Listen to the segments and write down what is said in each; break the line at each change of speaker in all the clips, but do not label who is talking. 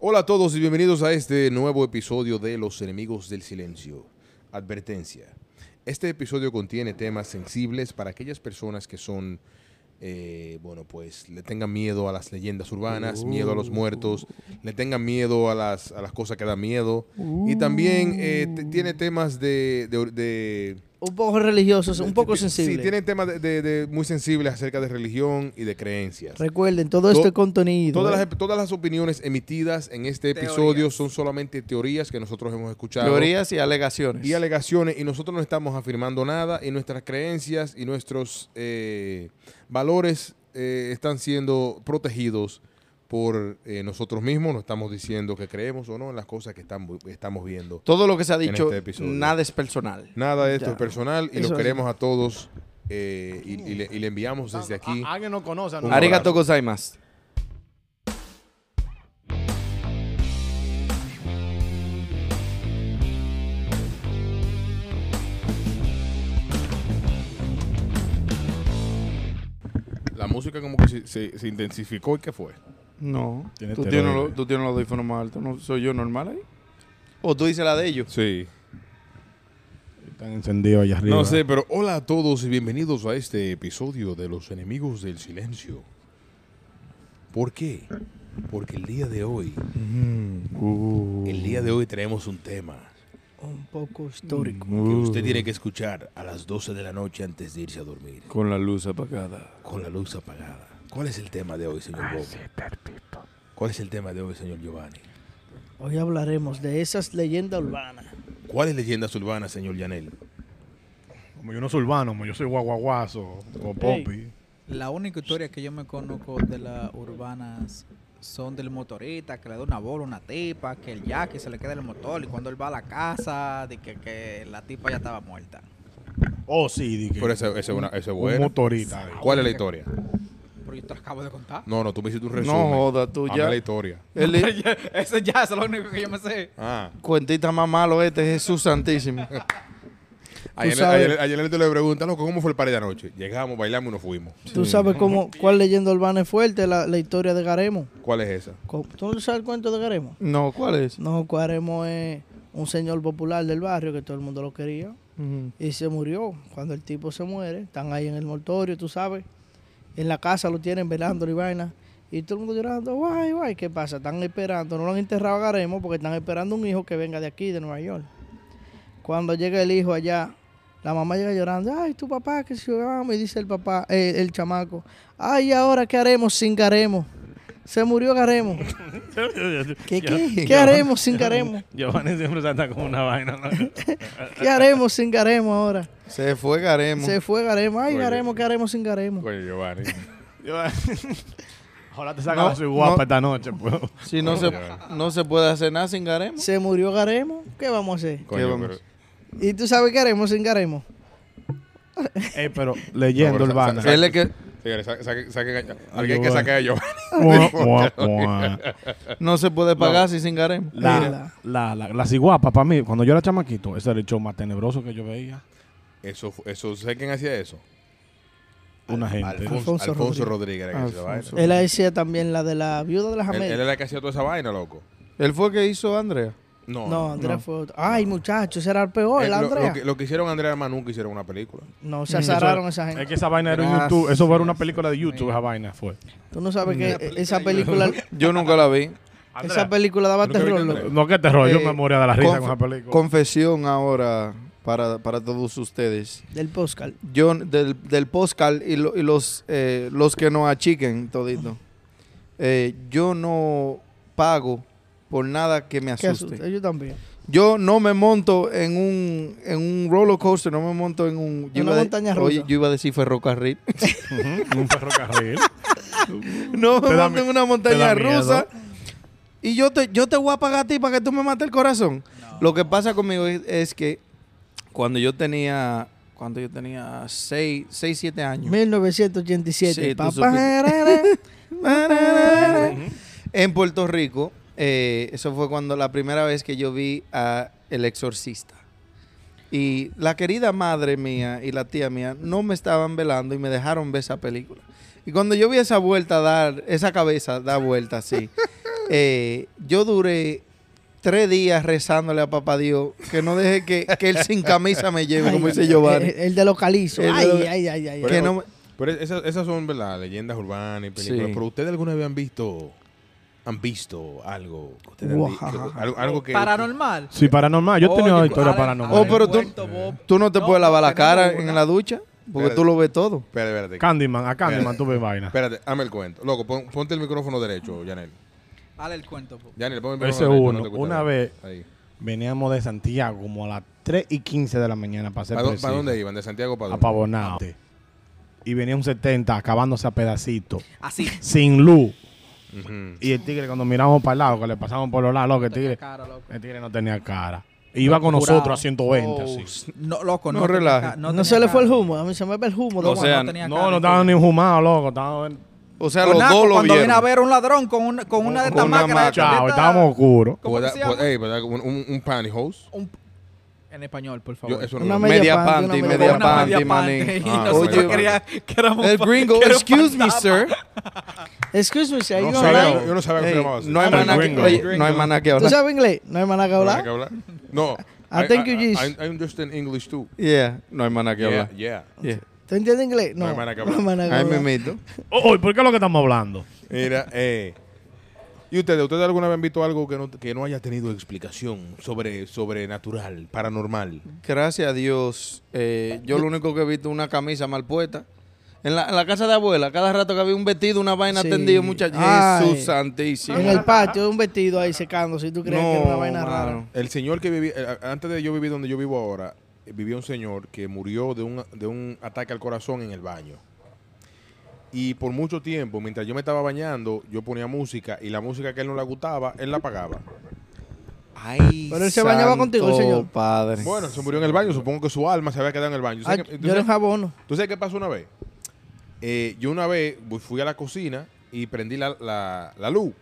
Hola a todos y bienvenidos a este nuevo episodio de Los Enemigos del Silencio. Advertencia. Este episodio contiene temas sensibles para aquellas personas que son, eh, bueno, pues le tengan miedo a las leyendas urbanas, miedo a los muertos, le tengan miedo a las, a las cosas que dan miedo. Y también eh, t- tiene temas de... de- de-
Un poco religiosos, un poco
ti- ti-
sensibles.
Sí, tiene temas de- de- de muy sensibles acerca de religión y de creencias.
Recuerden, todo
To-
este contenido.
Todas
¿eh?
las, todas las opiniones emitidas en este episodio son solamente teorías que nosotros hemos escuchado.
Teorías y alegaciones.
Y alegaciones, y nosotros no estamos afirmando nada, y nuestras creencias y nuestros eh, valores eh, están siendo protegidos por eh, nosotros mismos. No estamos diciendo que creemos o no en las cosas que estamos, estamos viendo.
Todo lo que se ha
En
dicho,
este episodio.
nada es personal.
Nada de esto
Ya.
es personal, y
Eso
los
es.
queremos a todos, eh, y, y le, y le enviamos desde aquí.
A- alguien no conoce. a
Un
nosotros.
Arigato gozaimasu.
La música como que se, se- se intensificó, ¿y qué fue?
No.
Tiene
¿Tú
esteroides.
tienes, los, tú tienes los audífonos más altos. ¿No soy yo normal ahí? ¿O tú dices la de ellos?
Sí.
Están encendidos allá arriba.
No sé, pero hola a todos y bienvenidos a este episodio de Los Enemigos del Silencio. ¿Por qué? Porque el día de hoy, el día de hoy tenemos un tema
Un poco histórico.
que usted tiene que escuchar a las 12 de la noche antes de irse a dormir,
Con la luz apagada.
con la luz apagada. ¿Cuál es el tema de hoy, señor Bobo? ¿Cuál es el tema de hoy, señor Giovanni?
Hoy hablaremos de esas leyendas urbanas.
¿Cuáles leyendas urbanas, señor Yanel?
Como yo no soy urbano, como yo soy guaguaguazo o popi.
La única historia que yo me conozco de las urbanas son del motorista que le da una bola a una tipa, que el jack se le queda en el motor y cuando él va a la casa, de que, que la tipa ya estaba muerta.
Oh, sí, di que
Pero esa- esa es una- esa es
un
buena.
motorista. ahí.
¿Cuál es la historia?
Pero yo te lo acabo de contar.
No, no, tú me hiciste un resumen.
No joda, tú
Habla
ya.
la historia.
El li-
Ese ya es lo único que yo me sé.
Ah.
cuentita más malo este, Jesús Santísimo.
Ayer,
sabes-
ayer, ayer Leonardo le pregunta, loco, ¿cómo fue el party de anoche? Llegamos, bailamos y nos fuimos.
¿Tú sabes cómo, cuál leyenda urbana es fuerte? La, la historia de Garemo.
¿Cuál es esa?
Co- ¿Tú no sabes el cuento de Garemo?
No, ¿cuál es?
No, Garemo es un señor popular del barrio que todo el mundo lo quería.
Ujú.
Y se murió. Cuando el tipo se muere, están ahí en el mortorio, tú sabes. En la casa lo tienen velando y vaina. Y todo el mundo llorando, guay, guay, ¿qué pasa? Están esperando, no lo han enterrado a Garemo porque están esperando un hijo que venga de aquí, de Nueva York. Cuando llega el hijo allá, la mamá llega llorando, ay, tu papá, que se llama. Y dice el papá, eh, el chamaco, ay, ¿ahora qué haremos sin Garemo? Se murió Garemo. ¿Qué, qué? ¿Qué haremos sin Garemo?
Giovanni siempre se anda con una vaina. ¿no?
¿Qué haremos sin Garemo ahora?
Se fue Garemo.
Se fue Garemo. Ay,
Oye.
Garemo, ¿qué haremos sin Garemo?
Oye, Giovanni.
Ahora te sacan
No,
la soy guapa
no.
esta noche, pues.
Si no se, no se puede hacer nada sin Garemo.
Se murió Garemo. ¿Qué vamos a hacer?
Coño,
vamos?
pero-
¿Y tú sabes qué haremos sin Garemo?
Ey, Eh, pero
No,
leyendo
pero
urbana.
sa- sa-
Él es que
Señores, sa- saquen- saquen a-
A
alguien que
Giovanni.
saque a Giovanni.
Mua, mua, mua.
no se puede pagar si sin Garemo.
La,
Mira.
la, la, la ciguapa, para mí, cuando yo era chamaquito, ese era el show más tenebroso que yo veía.
Eso, fu- eso, ¿saben quién hacía eso?
Una gente.
Alfonso,
Alfonso
Alfonso Rodríguez. era que hacía esa
Alfonso.
vaina.
Él hacía también la de la viuda de las
Él, él
Américas.
era el que hacía toda esa vaina, loco.
Él fue el que hizo Andrea.
No.
No, Andrea
no. Eh,
fue otro. Ay, muchachos, ese era el peor,
Él-
la
lo,
Andrea.
lo que, lo que hicieron Andrea Hermano nunca hicieron una película.
Mm,
No, se azararon
Eso-
esa gente.
Es que esa vaina era en
Gracias.
YouTube. Eso fue una película de YouTube, esa vaina fue.
Tú no sabes que eh, esa película,
Mm. Yo nunca la vi.
esa película daba
Nunca vi
terror.
que
loco.
No, que terror, yo
Eh,
me moría de la risa
conf-
con esa película.
Confesión ahora para, para todos ustedes.
Del postcal.
Yo del, del postcal y, lo- y los, eh, los que nos achiquen todito. Eh, yo no pago por nada que me
¿Qué
asuste.
asusta? Yo también.
Yo no me monto en un, en un roller coaster, no me monto en un... yo
Una
iba de-
montaña rusa.
Oye, yo iba a decir ferrocarril.
Ujú, un ferrocarril.
no me
Te da
monto en
mi-
una montaña
da miedo.
rusa. Y yo te, yo te voy a pagar a ti para que tú me mates el corazón. Lo que pasa conmigo es, es que cuando yo tenía... Cuando yo tenía 6, 6 7 años.
1987.
Sí, tú
papá.
supiste. en Puerto Rico, eh, eso fue cuando la primera vez que yo vi a El Exorcista. Y la querida madre mía y la tía mía no me estaban velando y me dejaron ver esa película. Y cuando yo vi esa vuelta dar, esa cabeza dar vuelta así, eh, yo duré tres días rezándole a papá Dios que no deje que, que él sin camisa me lleve, como dice Giovanni.
eh, El, el de localizo.
El de
Ay,
lo-
ay, ay, ay, ay.
Que no me-
Pero esas, esas son ¿verdad? leyendas urbanas y películas.
Sí.
Pero ustedes alguna vez han visto, han visto algo, Ustedes han vi-
Guajajaja.
algo, algo que
Paranormal.
Sí, paranormal. Yo he tenido
Oye,
historia
Alan-
paranormal.
Oh,
Alan
pero tú-
Puerto Bob.
tú no te
No,
puedes lavar la
tenemos
cara
una.
en la ducha porque
Espérate.
tú lo ves todo.
Espérate, espérate.
Candyman, a Candyman tuve vaina.
Espérate, hazme el cuento. Loco, pon- ponte el micrófono derecho, Yanel.
Dale el cuento. Bob.
Yanel, pon el micrófono
Ese
derecho.
uno.
no te escucha
Una
nada.
vez-
Ahí.
Veníamos de Santiago como a las 3 y 15 de la mañana para ser
¿Para, dó- para
preciso.
dónde iban? ¿De Santiago para dónde?
Apavonado. Y venía un 70 acabándose a pedacitos,
Así.
sin luz.
Ujú.
Y el tigre, cuando miramos para el lado, que le pasamos por los lados, loco, el
Tenía
tigre,
cara, loco.
el tigre no tenía cara. Iba con nosotros a 120. así.
No, loco, no.
No
tenía
relaje.
ca-
No,
tenía
se le fue el
cara.
humo. A mí se me ve el humo.
No,
loco.
no tenía
No,
cara,
no estaban ni enjumados, loco. Estaban
O sea,
Con
los
Naco,
dos lo
cuando viene a
vieron.
ver un ladrón con una, con una de
Con
estas
una
máscaras. de
máscara.
esta-
Chao, estábamos oscuros.
¿Cómo que
Pues
se
da-
llama?
pues, ey, ¿verdad? Un, un, un pantyhose.
Un- en español, por favor.
Yo, eso no
Una
lo-
media,
Media
panty,
panty,
una
Con
media
una
panty,
media
manín.
panty. Y
Ah,
nosotros
medio
quería- que éramos
El
pa-
gringo,
que era un
excuse me,
fantasma.
sir.
Excuse me, si hay
No
uno
sé,
hablando-
yo, yo no sabía
Ey,
que se llamaba así.
no hay
El
maná que
gringo.
oye, no hay maná que
¿Tú
hablar.
sabes inglés? No hay más nada que
No, hay que
hablar.
hablar. No.
I thank you,
I,
Jesus.
I, I understand English too.
Yeah, no hay maná que
Yeah,
hablar.
yeah.
Yeah.
¿Tú entiendes inglés? No.
No hay más nada que
no hay
hablar.
más nada que
Ahí me
hablar.
meto.
Oh, oh, ¿Por qué es lo que estamos hablando?
Mira, eh. ¿Y ustedes, ustedes alguna vez han visto algo que no, que no haya tenido explicación sobre sobrenatural, paranormal?
Gracias a Dios. eh, yo lo único que he visto es una camisa mal puesta. En la, en la casa de abuela, cada rato que había un vestido, una vaina
Sí.
tendida, muchachos.
Ay.
Jesús santísimo.
En el patio, un vestido ahí secando, si tú crees que era una
No,
vaina rara.
mano.
El señor que vivía, eh, a- antes de yo vivir donde yo vivo ahora, eh, vivía un señor que murió de un, de un ataque al corazón en el baño. Y por mucho tiempo, mientras yo me estaba bañando, yo ponía música y la música que a él no le gustaba, él la apagaba.
Ay,
Pero él se bañaba
santo
contigo, el señor.
Padre.
Bueno, se murió en el baño, supongo que su alma se había quedado en el baño. ¿Tú
Ah,
sabes que- tú
yo era
sabes-
un jabono.
¿Tú sabes qué pasó una vez? Eh, yo una vez voy- fui a la cocina y prendí la, la- la luz.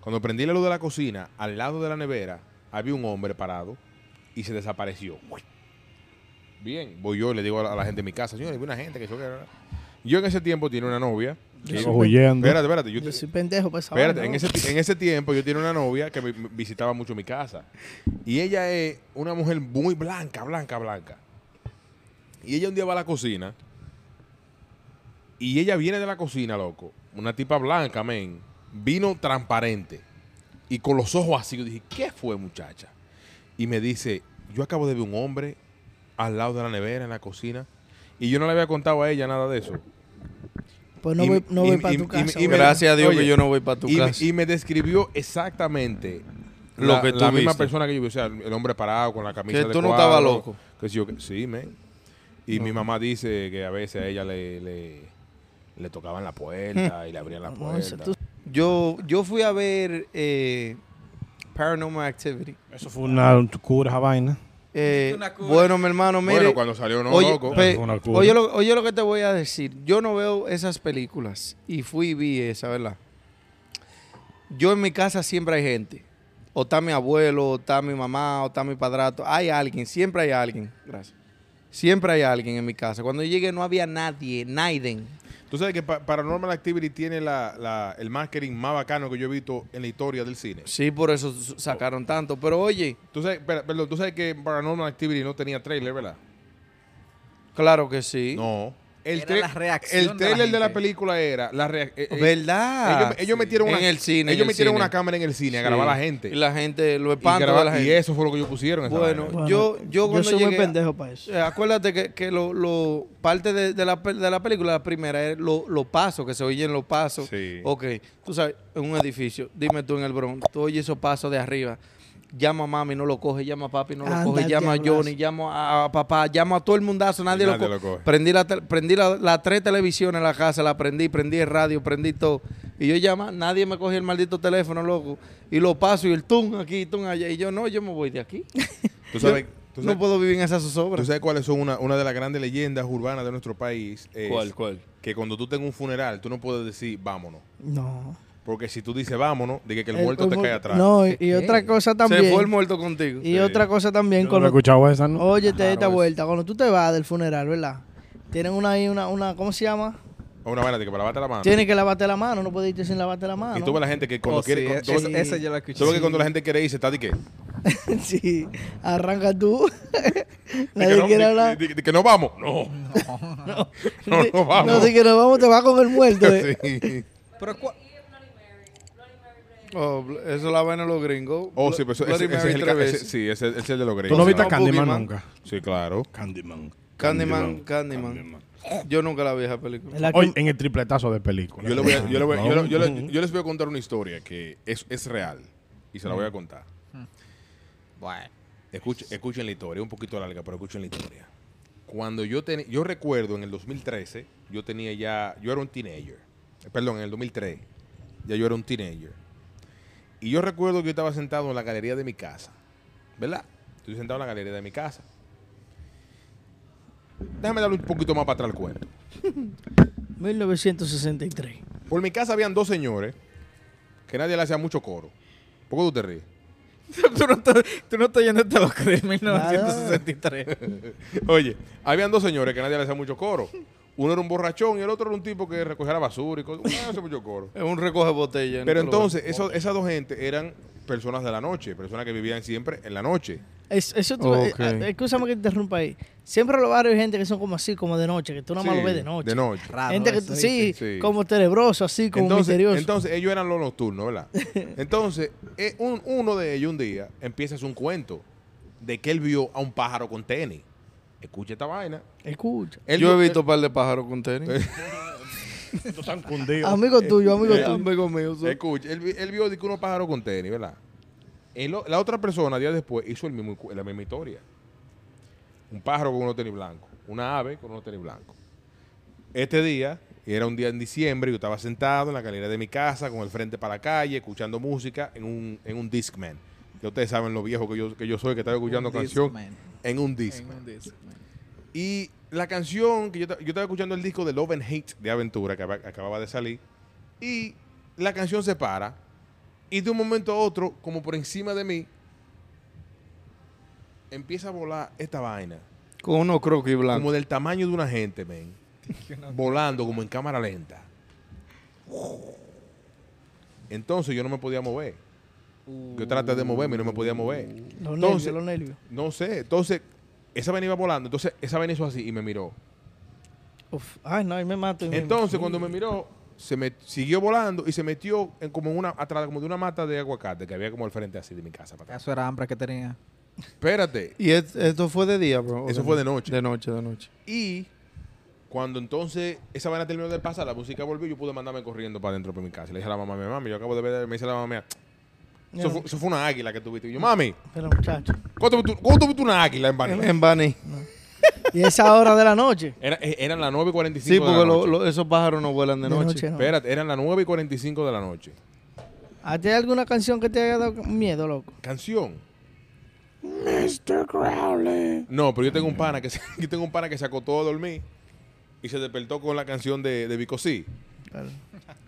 Cuando prendí la luz de la cocina, al lado de la nevera había un hombre parado y se desapareció. Bien, voy yo y le digo a la, a la gente de mi casa, señores, vi una gente que yo... Yo en ese tiempo tenía una novia.
Yo
Estamos
soy
huyendo.
Espérate, espérate. Yo,
Yo
te-
soy pendejo para esa
Espérate,
vaina,
en ese,
¿no?
ti- en ese tiempo yo tenía una novia que me- me visitaba mucho mi casa. Y ella es una mujer muy blanca, blanca, blanca. Y ella un día va a la cocina. Y ella viene de la cocina, loco. Una tipa blanca, men. Vino transparente. Y con los ojos así. Yo dije, ¿qué fue, muchacha? Y me dice, yo acabo de ver un hombre al lado de la nevera, en la cocina. Y yo no le había contado a ella nada de eso.
Pues no
y-
voy, no
y-
voy
y-
para
y-
tu casa.
y-
güey.
Gracias a Dios que
Oye,
yo no voy para tu
Y, me-
casa.
y me describió exactamente
Lo
la,
que tú
la misma
viste.
persona que yo vi. O sea, el hombre parado con la camisa
Que
de
tú no
cuadro,
estabas loco.
que sí, yo que- sí, men. Y mi mamá dice que a veces a ella le, le, le tocaban la puerta y le abrían la
No,
puerta.
eso tú-
Yo, yo fui a ver eh, Paranormal Activity.
Eso fue una cura esa vaina.
Eh,
Una cura.
bueno, mi hermano, mire.
bueno, cuando salió, no,
oye,
loco.
pe-
Fue una cura.
oye lo, oye lo que te voy a decir. Yo no veo esas películas. Y fui y vi esa, ¿verdad? Yo en mi casa siempre hay gente. O está mi abuelo, o está mi mamá, o está mi padrato. Hay alguien, siempre hay alguien. Gracias. Siempre hay alguien en mi casa. Cuando yo llegué no había nadie, Naiden.
Tú sabes que Pa- Paranormal Activity tiene la, la- el marketing más bacano que yo he visto en la historia del cine.
Sí, por eso s- sacaron tanto. Pero oye,
Tú sabes, espera, perdón, tú sabes que Paranormal Activity no tenía trailer, ¿verdad?
claro que sí.
No. El,
Era
tra-
la reacción
el
de la
trailer de la,
gente.
película era la reac- eh, eh,
¿Verdad?
ellos, ellos metieron
En
una,
el cine, en
ellos
el
metieron
cine.
una cámara en el cine a
Sí.
grabar a la gente.
Y la gente lo
Y,
espanta de
graba-
la
y
gente.
eso fue lo que ellos pusieron. esa
Bueno,
vaina.
yo- yo cuando
soy muy
llegué a-
pendejo para eso.
Eh, acuérdate que, que lo, lo- parte de, de la, pe- de la película, la primera, es lo- los pasos, que se oyen los pasos.
Sí.
Ok, tú sabes, en un edificio, dime tú en el Bronx, tú oyes esos pasos de arriba. Llama a mami, no lo coge, llama a papi, no lo
Anda,
coge, llama a
diablazo.
Johnny, llama a, a papá, llama a todo el mundazo, nadie,
nadie
lo,
lo coge.
coge. Prendí las tel- prendí la- las tres televisiones en la casa, la prendí, prendí el radio, prendí todo. Y yo llama, nadie me coge el maldito teléfono, loco. Y lo paso y el tum aquí, tum allá. Y yo no, yo me voy de aquí.
tú sabes, tú
No
sabes-
puedo vivir en esa zozobra.
tú sabes cuáles son una, una de las grandes leyendas urbanas de nuestro país. Es
cuál?
Que cuando tú tengas un funeral, tú no puedes decir vámonos.
No.
Porque si tú dices vámonos, dije que el,
El-
muerto
el
te
mu-
cae atrás.
No, y, y
¿Qué?
otra cosa también.
Se fue el muerto contigo.
Y otra cosa también.
Yo no
con
había
lo-
escuchado esa, ¿no?
Óyete
Claro,
esta
es-
vuelta. Cuando tú te vas del funeral, ¿verdad? Tienen una ahí, una, una ¿cómo se llama?
O una vaina de que para lavarte la mano.
Tienes que lavarte la mano, no puedes irte sin lavarte la mano.
Ah. Y tú ves la gente que cuando
Oh,
quiere.
sí,
con-
es-
tú ves-
esa- esa yo la escuché.
tú ves que cuando la gente quiere irse, está de que. de
sí, arranca tú.
que
Nadie
no,
quiere
de-
hablar.
de- de que no vamos. No. No, no vamos.
No, si que nos vamos, te vas con el muerto. eh.
Sí.
Pero cua-
Oh, bl- eso la ven en los gringos.
Oh, sí, pero eso-
Bloody
ese, ese
Mary
es el,
tres
ca- ese-
veces.
sí, ese, ese es el de los
Tú
gringos.
no viste a
no,
Candyman
Boogeyman.
nunca.
Sí, claro.
Candyman.
Candyman, Candyman. Yo nunca la vi esa película.
La que-
Hoy en el tripletazo de película.
Yo, le voy a- yo le voy- yo le- yo le-
No.
yo les voy a contar una historia que es, es real y se la voy a contar.
bueno,
Escuchen, escuchen la historia, es un poquito larga, pero escuchen la historia. Cuando yo tenía, yo recuerdo en el 2013, yo tenía ya, yo era un teenager. Eh, Perdón, en el 2003, ya yo era un teenager. Y yo recuerdo que yo estaba sentado en la galería de mi casa, ¿verdad? Estoy sentado en la galería de mi casa. Déjame darle un poquito más para atrás el cuento.
1963.
Por mi casa habían dos señores que nadie le hacía mucho coro. ¿Por qué tú te ríes?
tú, no estás, tú no estás yéndote loco de 1963.
1963. Oye, habían dos señores que nadie le hacía mucho coro. Uno era un borrachón y el otro era un tipo que recogía la basura y cosas. Uno no hacía mucho coro.
Es un recoge botella. no
Pero
te lo
entonces,
ven.
eso- esas dos gentes eran personas de la noche, personas que vivían siempre en la noche.
Es- eso tú,
Ok.
eh, eh, excúsame que te interrumpa ahí. Siempre en los barrios hay gente que son como así, como de noche, que tú nada más
Sí,
lo ves de noche.
De noche.
Raro
Gente que
eso, ¿viste?
sí,
Sí.
como tenebroso, así, como
Entonces,
misterioso.
entonces, ellos eran los nocturnos, ¿verdad? Entonces, eh, un- uno de ellos un día empieza a hacer un cuento de que él vio a un pájaro con tenis. Escucha esta vaina.
Escucha.
Él
yo
vio-
he visto un par de pájaros con tenis.
Tú estás cundido.
Amigo tuyo, amigo
Eh,
tuyo.
Amigo mío. son-
Escucha, él, vi- él vio de que unos pájaros con tenis, ¿verdad? El o- la otra persona, días después, hizo el mismo, encu- la misma historia. Un pájaro con unos tenis blancos. Una ave con unos tenis blancos. Este día, era un día en diciembre, yo estaba sentado en la galería de mi casa, con el frente para la calle, escuchando música en un, en un Discman. Ya ustedes saben lo viejo que yo, que yo soy, que estaba escuchando
Un
canción
Discman.
en un
En
Discman.
un Discman.
Y la canción que yo, ta- yo estaba escuchando el disco de Love and Hate de Aventura que acaba- acababa de salir. Y la canción se para. Y de un momento a otro, como por encima de mí, empieza a volar esta vaina.
Con unos croquis
Como
blancos.
del tamaño de una gente, men. volando como en cámara lenta. Entonces yo no me podía mover. Yo traté de moverme y no me podía mover.
Los
Entonces-
nervios, los nervios.
No sé. Entonces, esa vaina iba volando. Entonces, esa vaina hizo así y me miró.
Uf, ay, no, ahí me mato. y me-
Entonces, cuando me miró, se me siguió volando y se metió en como en una atrás como de una mata de aguacate que había como al frente así de mi casa para atrás.
Eso era hambre que tenía.
Espérate.
Y es- esto fue de día, bro.
Eso fue de noche.
De noche, de noche.
Y cuando entonces esa vaina terminó de pasar, la música volvió, yo pude mandarme corriendo para adentro de mi casa. Le dije a la mamá, mi mami, yo acabo de ver, me dice la mamá, mía, eso, fue, eso fue una águila que tuviste. Y yo, mami,
Pero muchacho.
¿cuándo tú- cuándo tuviste una águila en
En,
Baní?
en Bani.
Y esa hora de la noche.
Era, eh, eran las 9 y 45
Sí,
de
porque
la
lo-
noche.
lo- esos pájaros no vuelan de,
De
noche.
noche, no.
Espérate, eran las 9 y 45 de la noche.
¿A ti hay alguna canción que te haya dado miedo, loco?
canción. No, pero yo tengo un pana que se, yo tengo un pana que se acotó a dormir y se despertó con la canción de, de Vico C.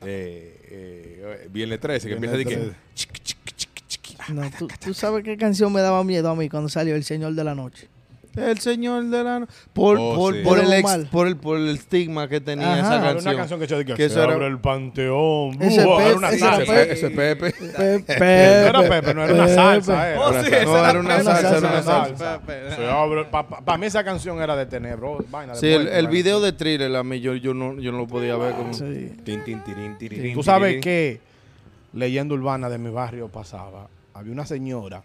Eh, eh, Viernes 13, que
Viernes
empieza a decir
13.
que chic, chic, chic, chic.
No, tú, tú sabes qué canción me daba miedo a mí cuando salió El Señor de la Noche.
El señor de la no- por,
Oh,
por,
sí.
por el
Era
ex-
muy mal.
por el por el estigma que tenía
Ajá.
esa
Era
Era
canción.
una canción que yo dije
Que
que
eso
se
era-
abre el panteón.
Ese
Uh,
pez-
era una
ese
Ese
salsa.
era
Pepe, ese Pepe.
No
Pepe.
era Pepe, no era una salsa. era.
Oh, sí, esa
no, era una
era
salsa,
salsa,
era una
era
salsa.
Para mí esa canción era de tenebro. vaina de
Sí, el,
muerte,
el
vaina.
video de thriller a mí yo, yo no yo no lo podía ver como
Sí.
Tin, tin, tirin, tirin,
Tú sabes
tirin.
que leyenda urbana de mi barrio pasaba. Había una señora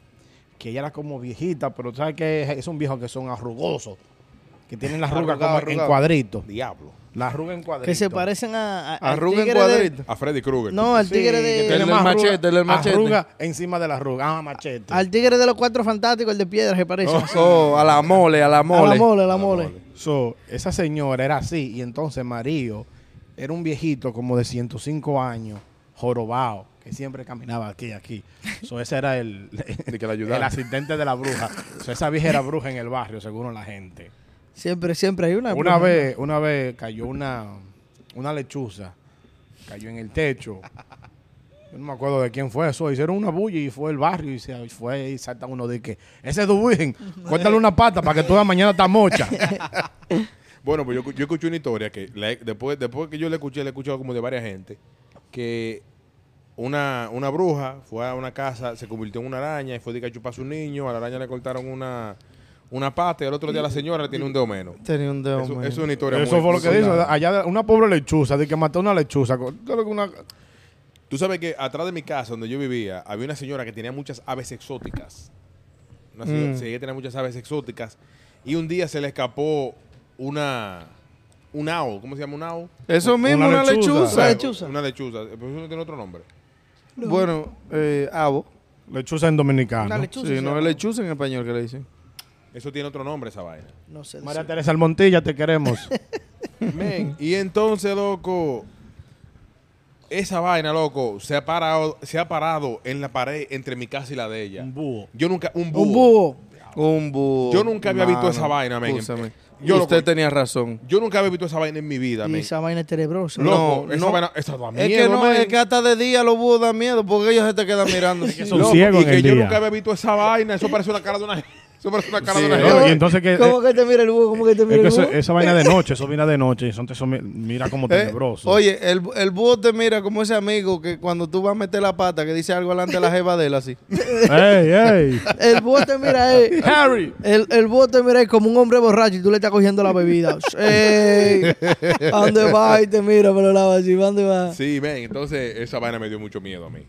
que ella era como viejita, pero tú sabes que es un viejo que son arrugosos, que tienen las arrugas
Arrugado,
como en
arrugado.
cuadritos.
Diablo.
La arruga en cuadritos.
Que se parecen a. a- al
arruga en
tigre de-
cuadrito.
A Freddy Krueger.
No, al
Sí,
tigre
que
de.
tiene
El
más
del
arruga-
machete, el del machete.
Arruga encima de la arruga. Ah, machete.
Al tigre de los cuatro fantásticos, el de piedra, se parece.
Oh, a la mole, a la
A
mole.
la mole, a la mole.
So, esa señora era así y entonces Mario era un viejito como de 105 años, jorobado, que siempre caminaba aquí, aquí. So, ese era el,
De que la
el
ayudaba.
asistente de la bruja. So, esa vieja era bruja en el barrio, según la gente.
Siempre, siempre hay una.
Una vez, una vez cayó una, una lechuza, cayó en el techo. Yo no me acuerdo de quién fue eso. Hicieron una bulla y fue el barrio y se fue y salta uno de que ese es tu virgen. Cuéntale una pata para que toda mañana está mocha.
Bueno, pues yo, yo escuché una historia que la he- después, después que yo la escuché, la he escuchado como de varias gente, que una, una bruja fue a una casa, se convirtió en una araña y fue de que a chupar a su niño, a la araña le cortaron una, una pata y al otro día la señora le tiene un dedo menos.
Tenía un dedo.
Eso,
man.
eso es una historia
Eso
muy-
fue lo que
muy
dijo.
sonada.
Allá de- una pobre lechuza, de que mató una lechuza. co- creo que una-
Tú sabes que atrás de mi casa, donde yo vivía, había una señora que tenía muchas aves exóticas. Una señora
Mm.
sí, ella tenía muchas aves exóticas. Y un día se le escapó una. Un ao. ¿Cómo se llama un ao?
Eso mismo,
una
una
lechuza.
lechuza.
O sea,
lechuza.
Una lechuza. Eh, Pero eso no tiene otro nombre.
Bueno, eh, abo.
lechuza en dominicano.
Una lechuza.
Sí,
se
no
llama.
es lechuza en español que le dicen.
Eso tiene otro nombre, esa vaina.
No sé.
María
decir.
Teresa Almontilla, te queremos.
Men, y entonces, loco, esa vaina, loco, se ha parado, se ha parado en la pared entre mi casa y la de ella.
Un búho.
Yo nunca, un búho.
Un búho.
Un búho.
Yo nunca había visto
Mano,
esa vaina, men.
escúchame.
Yo lo-
Usted tenía razón.
Yo nunca había visto esa vaina en mi vida,
Y
men.
esa vaina es tenebrosa.
No,
Loco, esa
no.
vaina, esa da
Es
miedo,
que no,
men.
es que hasta de día los búhos dan miedo porque ellos se te quedan mirando.
son
Loco,
ciegos
y
en
que
el
yo
día.
nunca había visto esa vaina. Eso parece una cara de una. Eso parece una cara
Sí,
de una.
¿no?
jeva.
y entonces que.
¿Cómo
eh,
que te mira el búho? ¿Cómo que te
Es
mira
que
el
eso-
búho?
esa vaina de noche, eso viene de noche, eso entonces mi- mira como
Eh,
tenebroso.
oye, el, el búho te mira como ese amigo que cuando tú vas a meter la pata que dice algo delante de la jeva de él así.
¡Ey, ey!
El búho te mira eh,
¡Harry!
El, el búho te mira ahí como un hombre borracho y tú le estás cogiendo la bebida. ¡Ey! ¿A dónde vas? Y te mira, pero la así. ¿A dónde vas?
Sí, men, entonces esa vaina me dio mucho miedo a mí.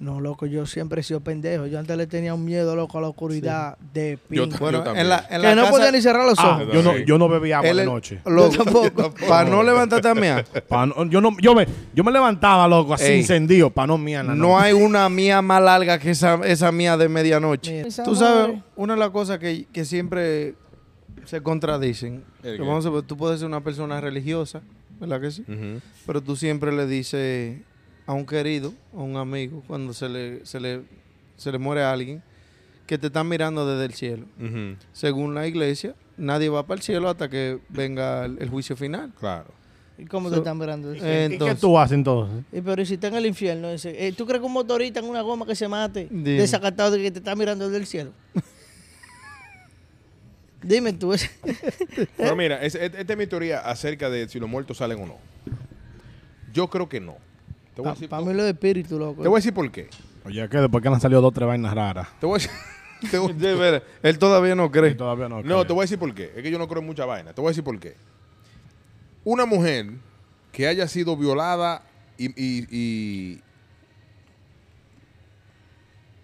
No, loco, yo siempre he sido pendejo. Yo antes le tenía un miedo, loco, a la oscuridad de
Yo
pinga.
ta-
Bueno,
también.
en la, en la
Que no
casa-
podía ni cerrar los
Ah,
ojos.
yo no, yo no bebía agua
él-
de noche.
loco,
Yo tampoco.
Para no levantarte a ah. mía.
Pa' no- yo, no, yo, me, yo me levantaba, loco, así
Ey.
encendido, para no mía.
No hay una mía más larga que esa, esa mía de medianoche.
Mira.
Tú sabes, una de las cosas que, que siempre se contradicen.
¿El
que
qué?
vamos a ver, tú puedes ser una persona religiosa, ¿verdad que
Mm.
sí?
Ujú.
Pero tú siempre le dices a un querido, a un amigo, cuando se le, se le, se le muere a alguien, que te están mirando desde el cielo.
Ujú.
Según la iglesia, nadie va para el cielo hasta que venga el, el juicio final.
Claro.
¿Y cómo
So-
te están mirando?
Eh,
¿Y qué
entonces,
tú haces entonces?
Y pero ¿y si está en el infierno, dice, eh, ¿tú crees que un motorista en una goma que se mate,
Dime.
desacatado de que te está mirando desde el cielo? Dime tú, ese-
Pero mira, es- es- esta es mi teoría acerca de si los muertos salen o no. Yo creo que no. Te voy a
para
decir,
mí lo de espíritu, loco.
te voy a decir por qué.
Oye, ¿qué? Después que han salido dos tres vainas raras.
Te voy a decir- te voy-
de veras, él todavía no cree.
Todavía no.
No, te voy a decir por qué. Es que yo no creo en mucha vaina. Te voy a decir por qué. Una mujer que haya sido violada y, y, y-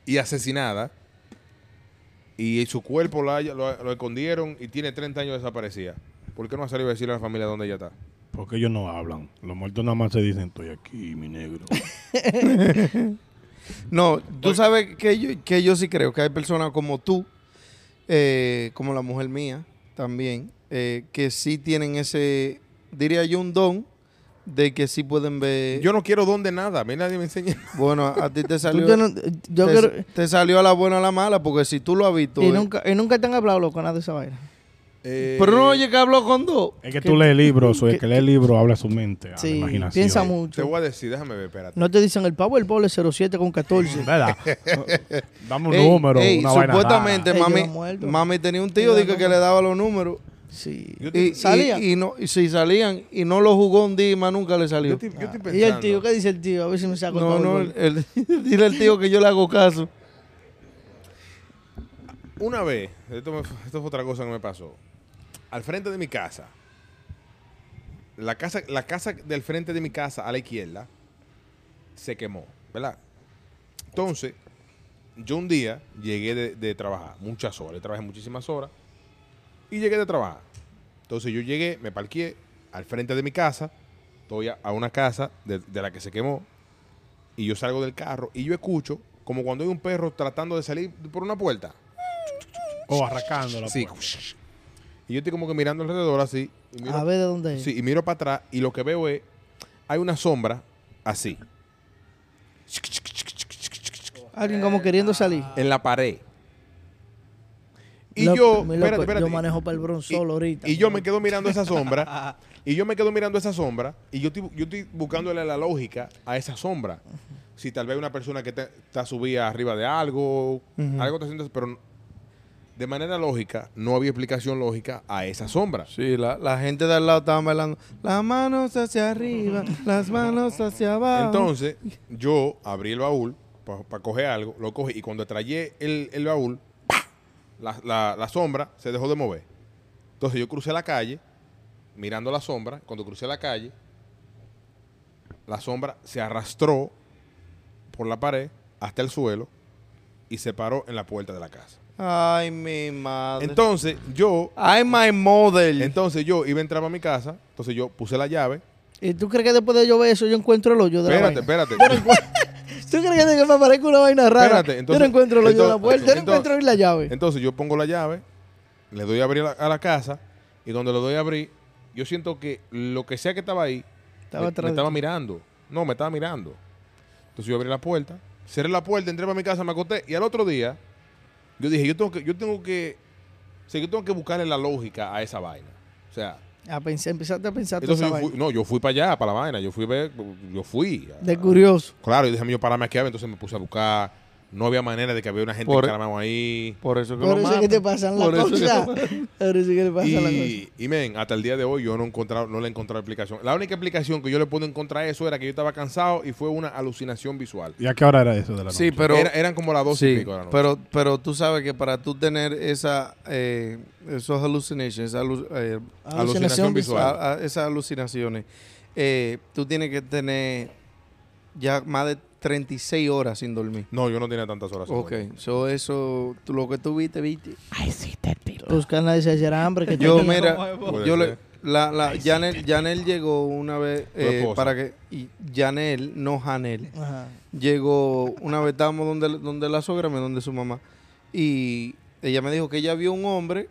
y asesinada y su cuerpo lo, haya- lo- lo escondieron y tiene 30 años desaparecida. ¿Por qué no ha salido a decirle a la familia dónde ella está?
Porque ellos no hablan. Los muertos nada más se dicen, estoy aquí, mi negro.
No, tú sabes que yo, que yo sí creo que hay personas como tú, eh, como la mujer mía también, eh, que sí tienen ese, diría yo, un don de que sí pueden ver.
Yo no quiero dónde nada. A mí nadie me enseña.
Bueno, a, a ti te
Tú
salió.
tienes- yo
te,
creo-
te salió a la buena o a la mala, porque si tú lo has visto.
y,
eh,
nunca, y nunca te han hablado, loco, nada de esa vaina.
Eh,
Pero no oye que habló con dos.
es que tú lees libros, o el que lee libros habla su mente, a la
Sí,
imaginación.
piensa
Te
mucho.
voy a decir, déjame ver, espérate.
No te dicen el Powerball es 07 con 14.
¿Verdad? Dame un
Ey,
número,
ey,
una vaina
supuestamente
rara. Ey, yo
mami,
no muerdo.
mami tenía un tío dije, que le daba los números.
Sí.
Yo estoy,
Y, y-
¿Salía?
Y, no, y si salían y no lo jugó un día y más nunca le
yo
salió.
estoy- yo estoy
¿Y el
pensando.
tío? ¿Qué dice el tío? A ver si me saco
No,
el
no,
Powerball.
el- el- dile al tío que yo le hago caso.
Una vez, esto, me- esto fue otra cosa que me pasó. Al frente de mi casa, la casa, la casa del frente de mi casa a la izquierda se quemó, ¿verdad? Entonces, yo un día llegué de, de trabajar, muchas horas, yo trabajé muchísimas horas, y llegué de trabajar. Entonces yo llegué, me parqué al frente de mi casa, estoy a, a una casa de, de la que se quemó, y yo salgo del carro y yo escucho como cuando hay un perro tratando de salir por una puerta.
O pues. arrancando la
Sí.
puerta.
Y yo estoy como que mirando alrededor así. Y miro,
A ver eh. de dónde es.
eh, sí, y miro para atrás y lo que veo es, hay una sombra así,
Alguien como queriendo salir.
en la pared. Y
Loco,
yo,
mi loco,
espérate, espérate.
yo manejo para el bron solo ahorita.
Y yo me quedo mirando esa sombra. y yo me quedo mirando esa sombra. Y yo estoy, yo estoy buscándole la lógica a esa sombra. Si tal vez hay una persona que te- está subida arriba de algo, algo está haciendo, pero de manera lógica, no había explicación lógica a esa sombra.
Sí, la, la gente de al lado estaba bailando. Las manos hacia arriba, las manos hacia abajo.
Entonces, yo abrí el baúl para coger algo, lo cogí y cuando trayé el, el baúl, ¡pa! la, la- la sombra se dejó de mover. Entonces yo crucé la calle, mirando la sombra, cuando crucé la calle, la sombra se arrastró por la pared hasta el suelo y se paró en la puerta de la casa.
Ay, mi madre.
Entonces yo,
Ay, my model.
entonces yo iba a entrar a mi casa, entonces yo puse la llave.
¿Y tú crees que después de yo ver eso yo encuentro el hoyo de
Espérate,
la vaina?
espérate.
¿Tú crees que me aparezca una vaina rara?
Espérate, entonces-
yo no encuentro el hoyo de la
entonces-
puerta, yo no
entonces-
encuentro ni la llave.
Entonces yo pongo la llave, le doy a abrir a la, a la casa y donde le doy a abrir, yo siento que lo que sea que estaba ahí,
Estaba
me- me,
atrás de
estaba
ti.
mirando. No, me estaba mirando. Entonces yo abrí la puerta, cerré la puerta, entré para mi casa, me acosté y al otro día yo dije, yo tengo que, yo tengo que, o sea, yo tengo que buscarle la lógica a esa vaina. O sea,
A pensar, Ah, empezaste a pensar toda
entonces
esa
yo fui,
vaina.
no, yo fui para allá, para la vaina, yo fui, a ver- yo fui. a-
De curioso.
Claro, y déjame yo pararme aquí, a ver, entonces me puse a buscar, no había manera de que había una gente
Por-
encaramada ahí.
Por eso que
Por
lo
eso es que te
matan.
pasan las
Por eso que
cosas.
lo matan.
Por eso es que te pasan las cosas.
Y, y men, hasta el día de hoy yo no, he encontrado- no le he encontrado explicación. La única explicación que yo le pude encontrar a eso era que yo estaba cansado y fue una alucinación visual.
¿Y a qué hora era eso de la noche?
Sí, pero.
Era- eran como las dos y
Sí,
pico de la noche.
pero, pero tú sabes que para tú tener esa, eh, esos hallucinations, esa alu- eh,
alucinación visual.
a- a- esas alucinaciones, eh, tú tienes que tener ya más de 36 horas sin dormir.
no, yo no tenía tantas horas.
Ok,
señor.
so eso, tú- lo que tú viste, viste.
Tus canales se hacían hambre. Que
Yo,
tenía.
mira,
Puede
yo le,
ser.
la, la, Janel, Janel llegó una vez eh,
esposa.
para que, y Janel, no Janel,
Ajá.
llegó una vez estábamos donde, donde la sogra me donde su mamá y ella me dijo que ella vio un hombre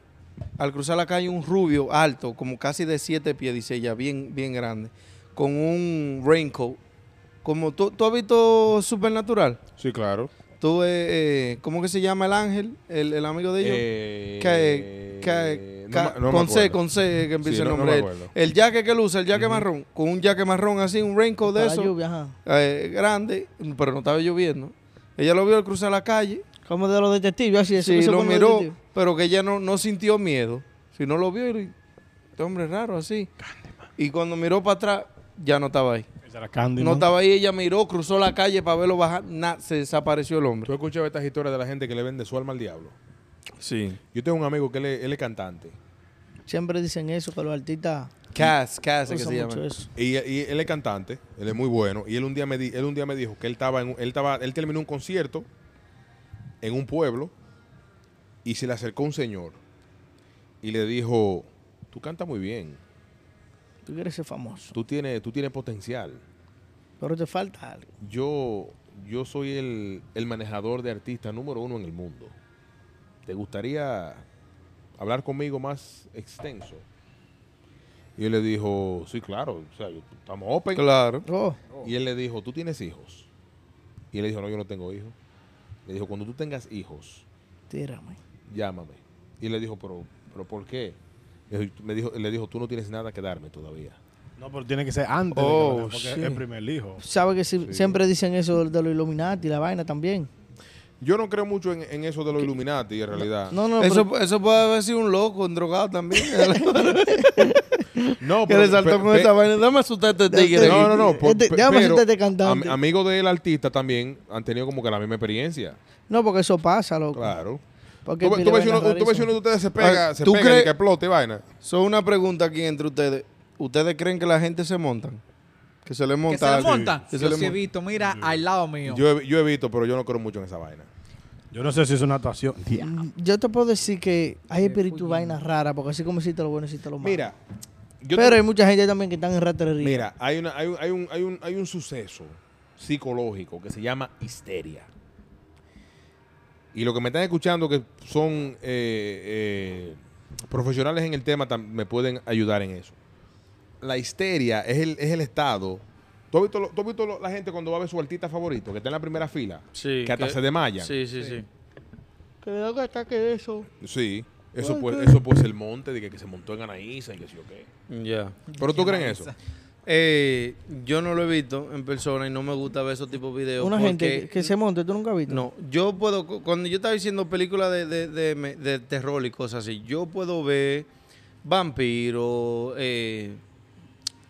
al cruzar la calle un rubio alto como casi de siete pies dice ella bien bien grande con un raincoat como tú, tú has visto supernatural
Sí, claro.
tú eh, eh, cómo que se llama el ángel el, el amigo de ellos
Eh,
Cae- cae-
no
ca-
ma- no me
con C,
acuerdo.
con C que empieza
Sí,
el
no- no
nombre.
me
de él.
acuerdo.
el jaque que luce, el jaque marrón, con un jaque marrón así, un raincoat de
Para
eso,
la lluvia, ajá.
eh, grande, pero no estaba lloviendo. Ella lo vio al cruzar la calle,
Como de los detectives, así eso
sí,
que se
lo
ponen los
miró,
detectives.
pero que ella no, no sintió miedo. Si no lo vio, y- este hombre es raro así. Y cuando miró para atrás, ya no estaba ahí.
Esa era Candy,
No
¿no?
estaba ahí, ella miró, cruzó la calle para verlo bajar, nada, se desapareció el
¿Tú
hombre.
has escuchado estas historias de la gente que le vende su alma al diablo?
Sí.
Yo tengo un amigo que él es, él es cantante.
Siempre dicen eso, que los artistas
Cass, Cass, es que
usan
se llama.
mucho eso.
Y, y él es cantante, él es muy bueno. Y él un día me, di- él un día me dijo que él estaba, en, un- él estaba, él terminó un concierto en un pueblo y se le acercó un señor y le dijo, tú cantas muy bien,
Tú quieres ser famoso,
tú tienes, tú tienes potencial.
pero te falta algo.
Yo, yo soy el, el manejador de artistas número uno en el mundo. ¿Te gustaría hablar conmigo más extenso? Y él le dijo, sí, claro, o sea, yo- estamos open.
Claro.
Oh,
Y él le dijo, ¿tú tienes hijos? Y él le dijo, no, yo no tengo hijos. Le dijo, cuando tú tengas hijos,
tírame.
llámame. Y él le dijo, pero, pero ¿por qué? Le dijo- Me dijo, le dijo, tú no tienes nada que darme todavía.
No, pero tiene que ser antes. de que
Oh,
lo- porque es
sí.
el primer hijo.
Sabes que si-
Sí.
siempre dicen eso de los Illuminati, la vaina también.
Yo no creo mucho en, en eso de los Illuminati, en realidad.
No, no,
Eso,
pero-
eso puede haber sido un loco, un drogado también.
No,
que le saltó
pero-
con
pe-
esa vaina. Dame asustar a este
Dame-
tigre.
No, no, no. por-
Este-
pe-
déjame
pero
hacerte cantante.
am- amigos del artista también han tenido como que la misma experiencia.
no, porque eso pasa, loco.
Claro.
Porque
Tú, ve- tú
pile
ves si
vaina
uno, tú ves si
rarísima.
uno de ustedes se pega,
Ay,
se
¿tú
pega
crees-
y que explote y vaina.
So, una pregunta aquí entre ustedes. ¿Ustedes creen que la gente se montan? Que se le
¿Que se
monta.
le
algo?
montan?
Que se
Yo
le
sí he
mon-
visto, mira, al lado mío.
Yo he, yo he visto, pero yo no creo mucho en esa vaina.
Yo no sé si es una actuación.
Mm, Yo te puedo decir que hay espíritu
fui
vainas raras, porque así como hiciste lo bueno, hiciste lo malo.
Mira, yo
Pero
te-
hay mucha gente también que están en ratería.
Mira, hay, una, hay, un, hay, un, hay, un, hay un suceso psicológico que se llama histeria. Y los que me están escuchando que son eh, eh, profesionales en el tema tam- me pueden ayudar en eso. La histeria es el, es el estado. ¿Tú has visto, lo- tú has visto lo- la gente cuando va a ver su artista favorito, que está en la primera fila?
Sí,
Que hasta
que-
se desmayan. Sí.
sí, sí.
Que le da un ataque de eso.
Eso puede, eso puede ser el monte de que, que se montó en Anaísa y que sí o qué.
Ya.
Pero tú crees en eso.
Eh, yo no lo he visto en persona y no me gusta ver esos tipos de videos.
Una gente
porque-
que- que se monte, tú nunca has visto.
No, yo puedo, cu- cuando yo estaba diciendo películas de, de- de me- de terror y cosas así, yo puedo ver vampiro, eh,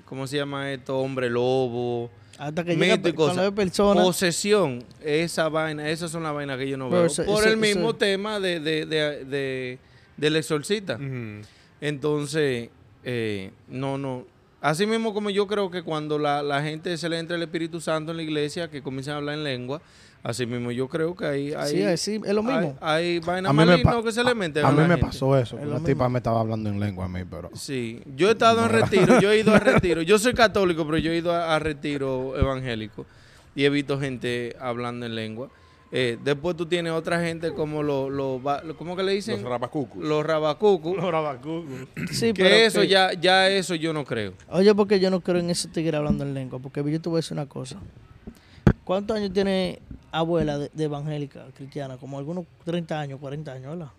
¿cómo se llama esto? Hombre lobo,
Hasta que
mito
llega
y
pe-
cosas.
cuando hay personas.
Posesión, esa vaina, esas son las vainas que yo no
Pero
veo.
eso-
Por
eso-
el mismo
eso-
tema de, de- de- de- del exorcista.
Mm.
Entonces, eh, no, no. Así mismo como yo creo que cuando la, la gente se le entra el Espíritu Santo en la iglesia, que comienzan a hablar en lengua, así mismo yo creo que ahí ah, hay,
sí, es, sí, es lo mismo.
hay, hay vainas
A mí me,
malignas
pa-
que se le meten
a, a
la
mí me
gente.
pasó eso.
Es
que
lo
La
mismo.
tipa me estaba hablando en lengua a mí, pero...
Sí, yo he estado en retiro, yo he ido a retiro. Yo soy católico, pero yo he ido a, a retiro evangélico y he visto gente hablando en lengua. Eh, después tú tienes otra gente como los, los, va- ¿cómo que le
Los
dicen?
rapacucos.
Los rabacucos.
Sí, pero
Que eso
que-
ya, ya eso yo no creo.
Oye, porque yo no creo en ese tigre hablando en lengua. Porque yo te voy a decir una cosa. ¿Cuántos años tiene abuela de, de evangélica cristiana? Como algunos 30 años, 40 años, ¿verdad?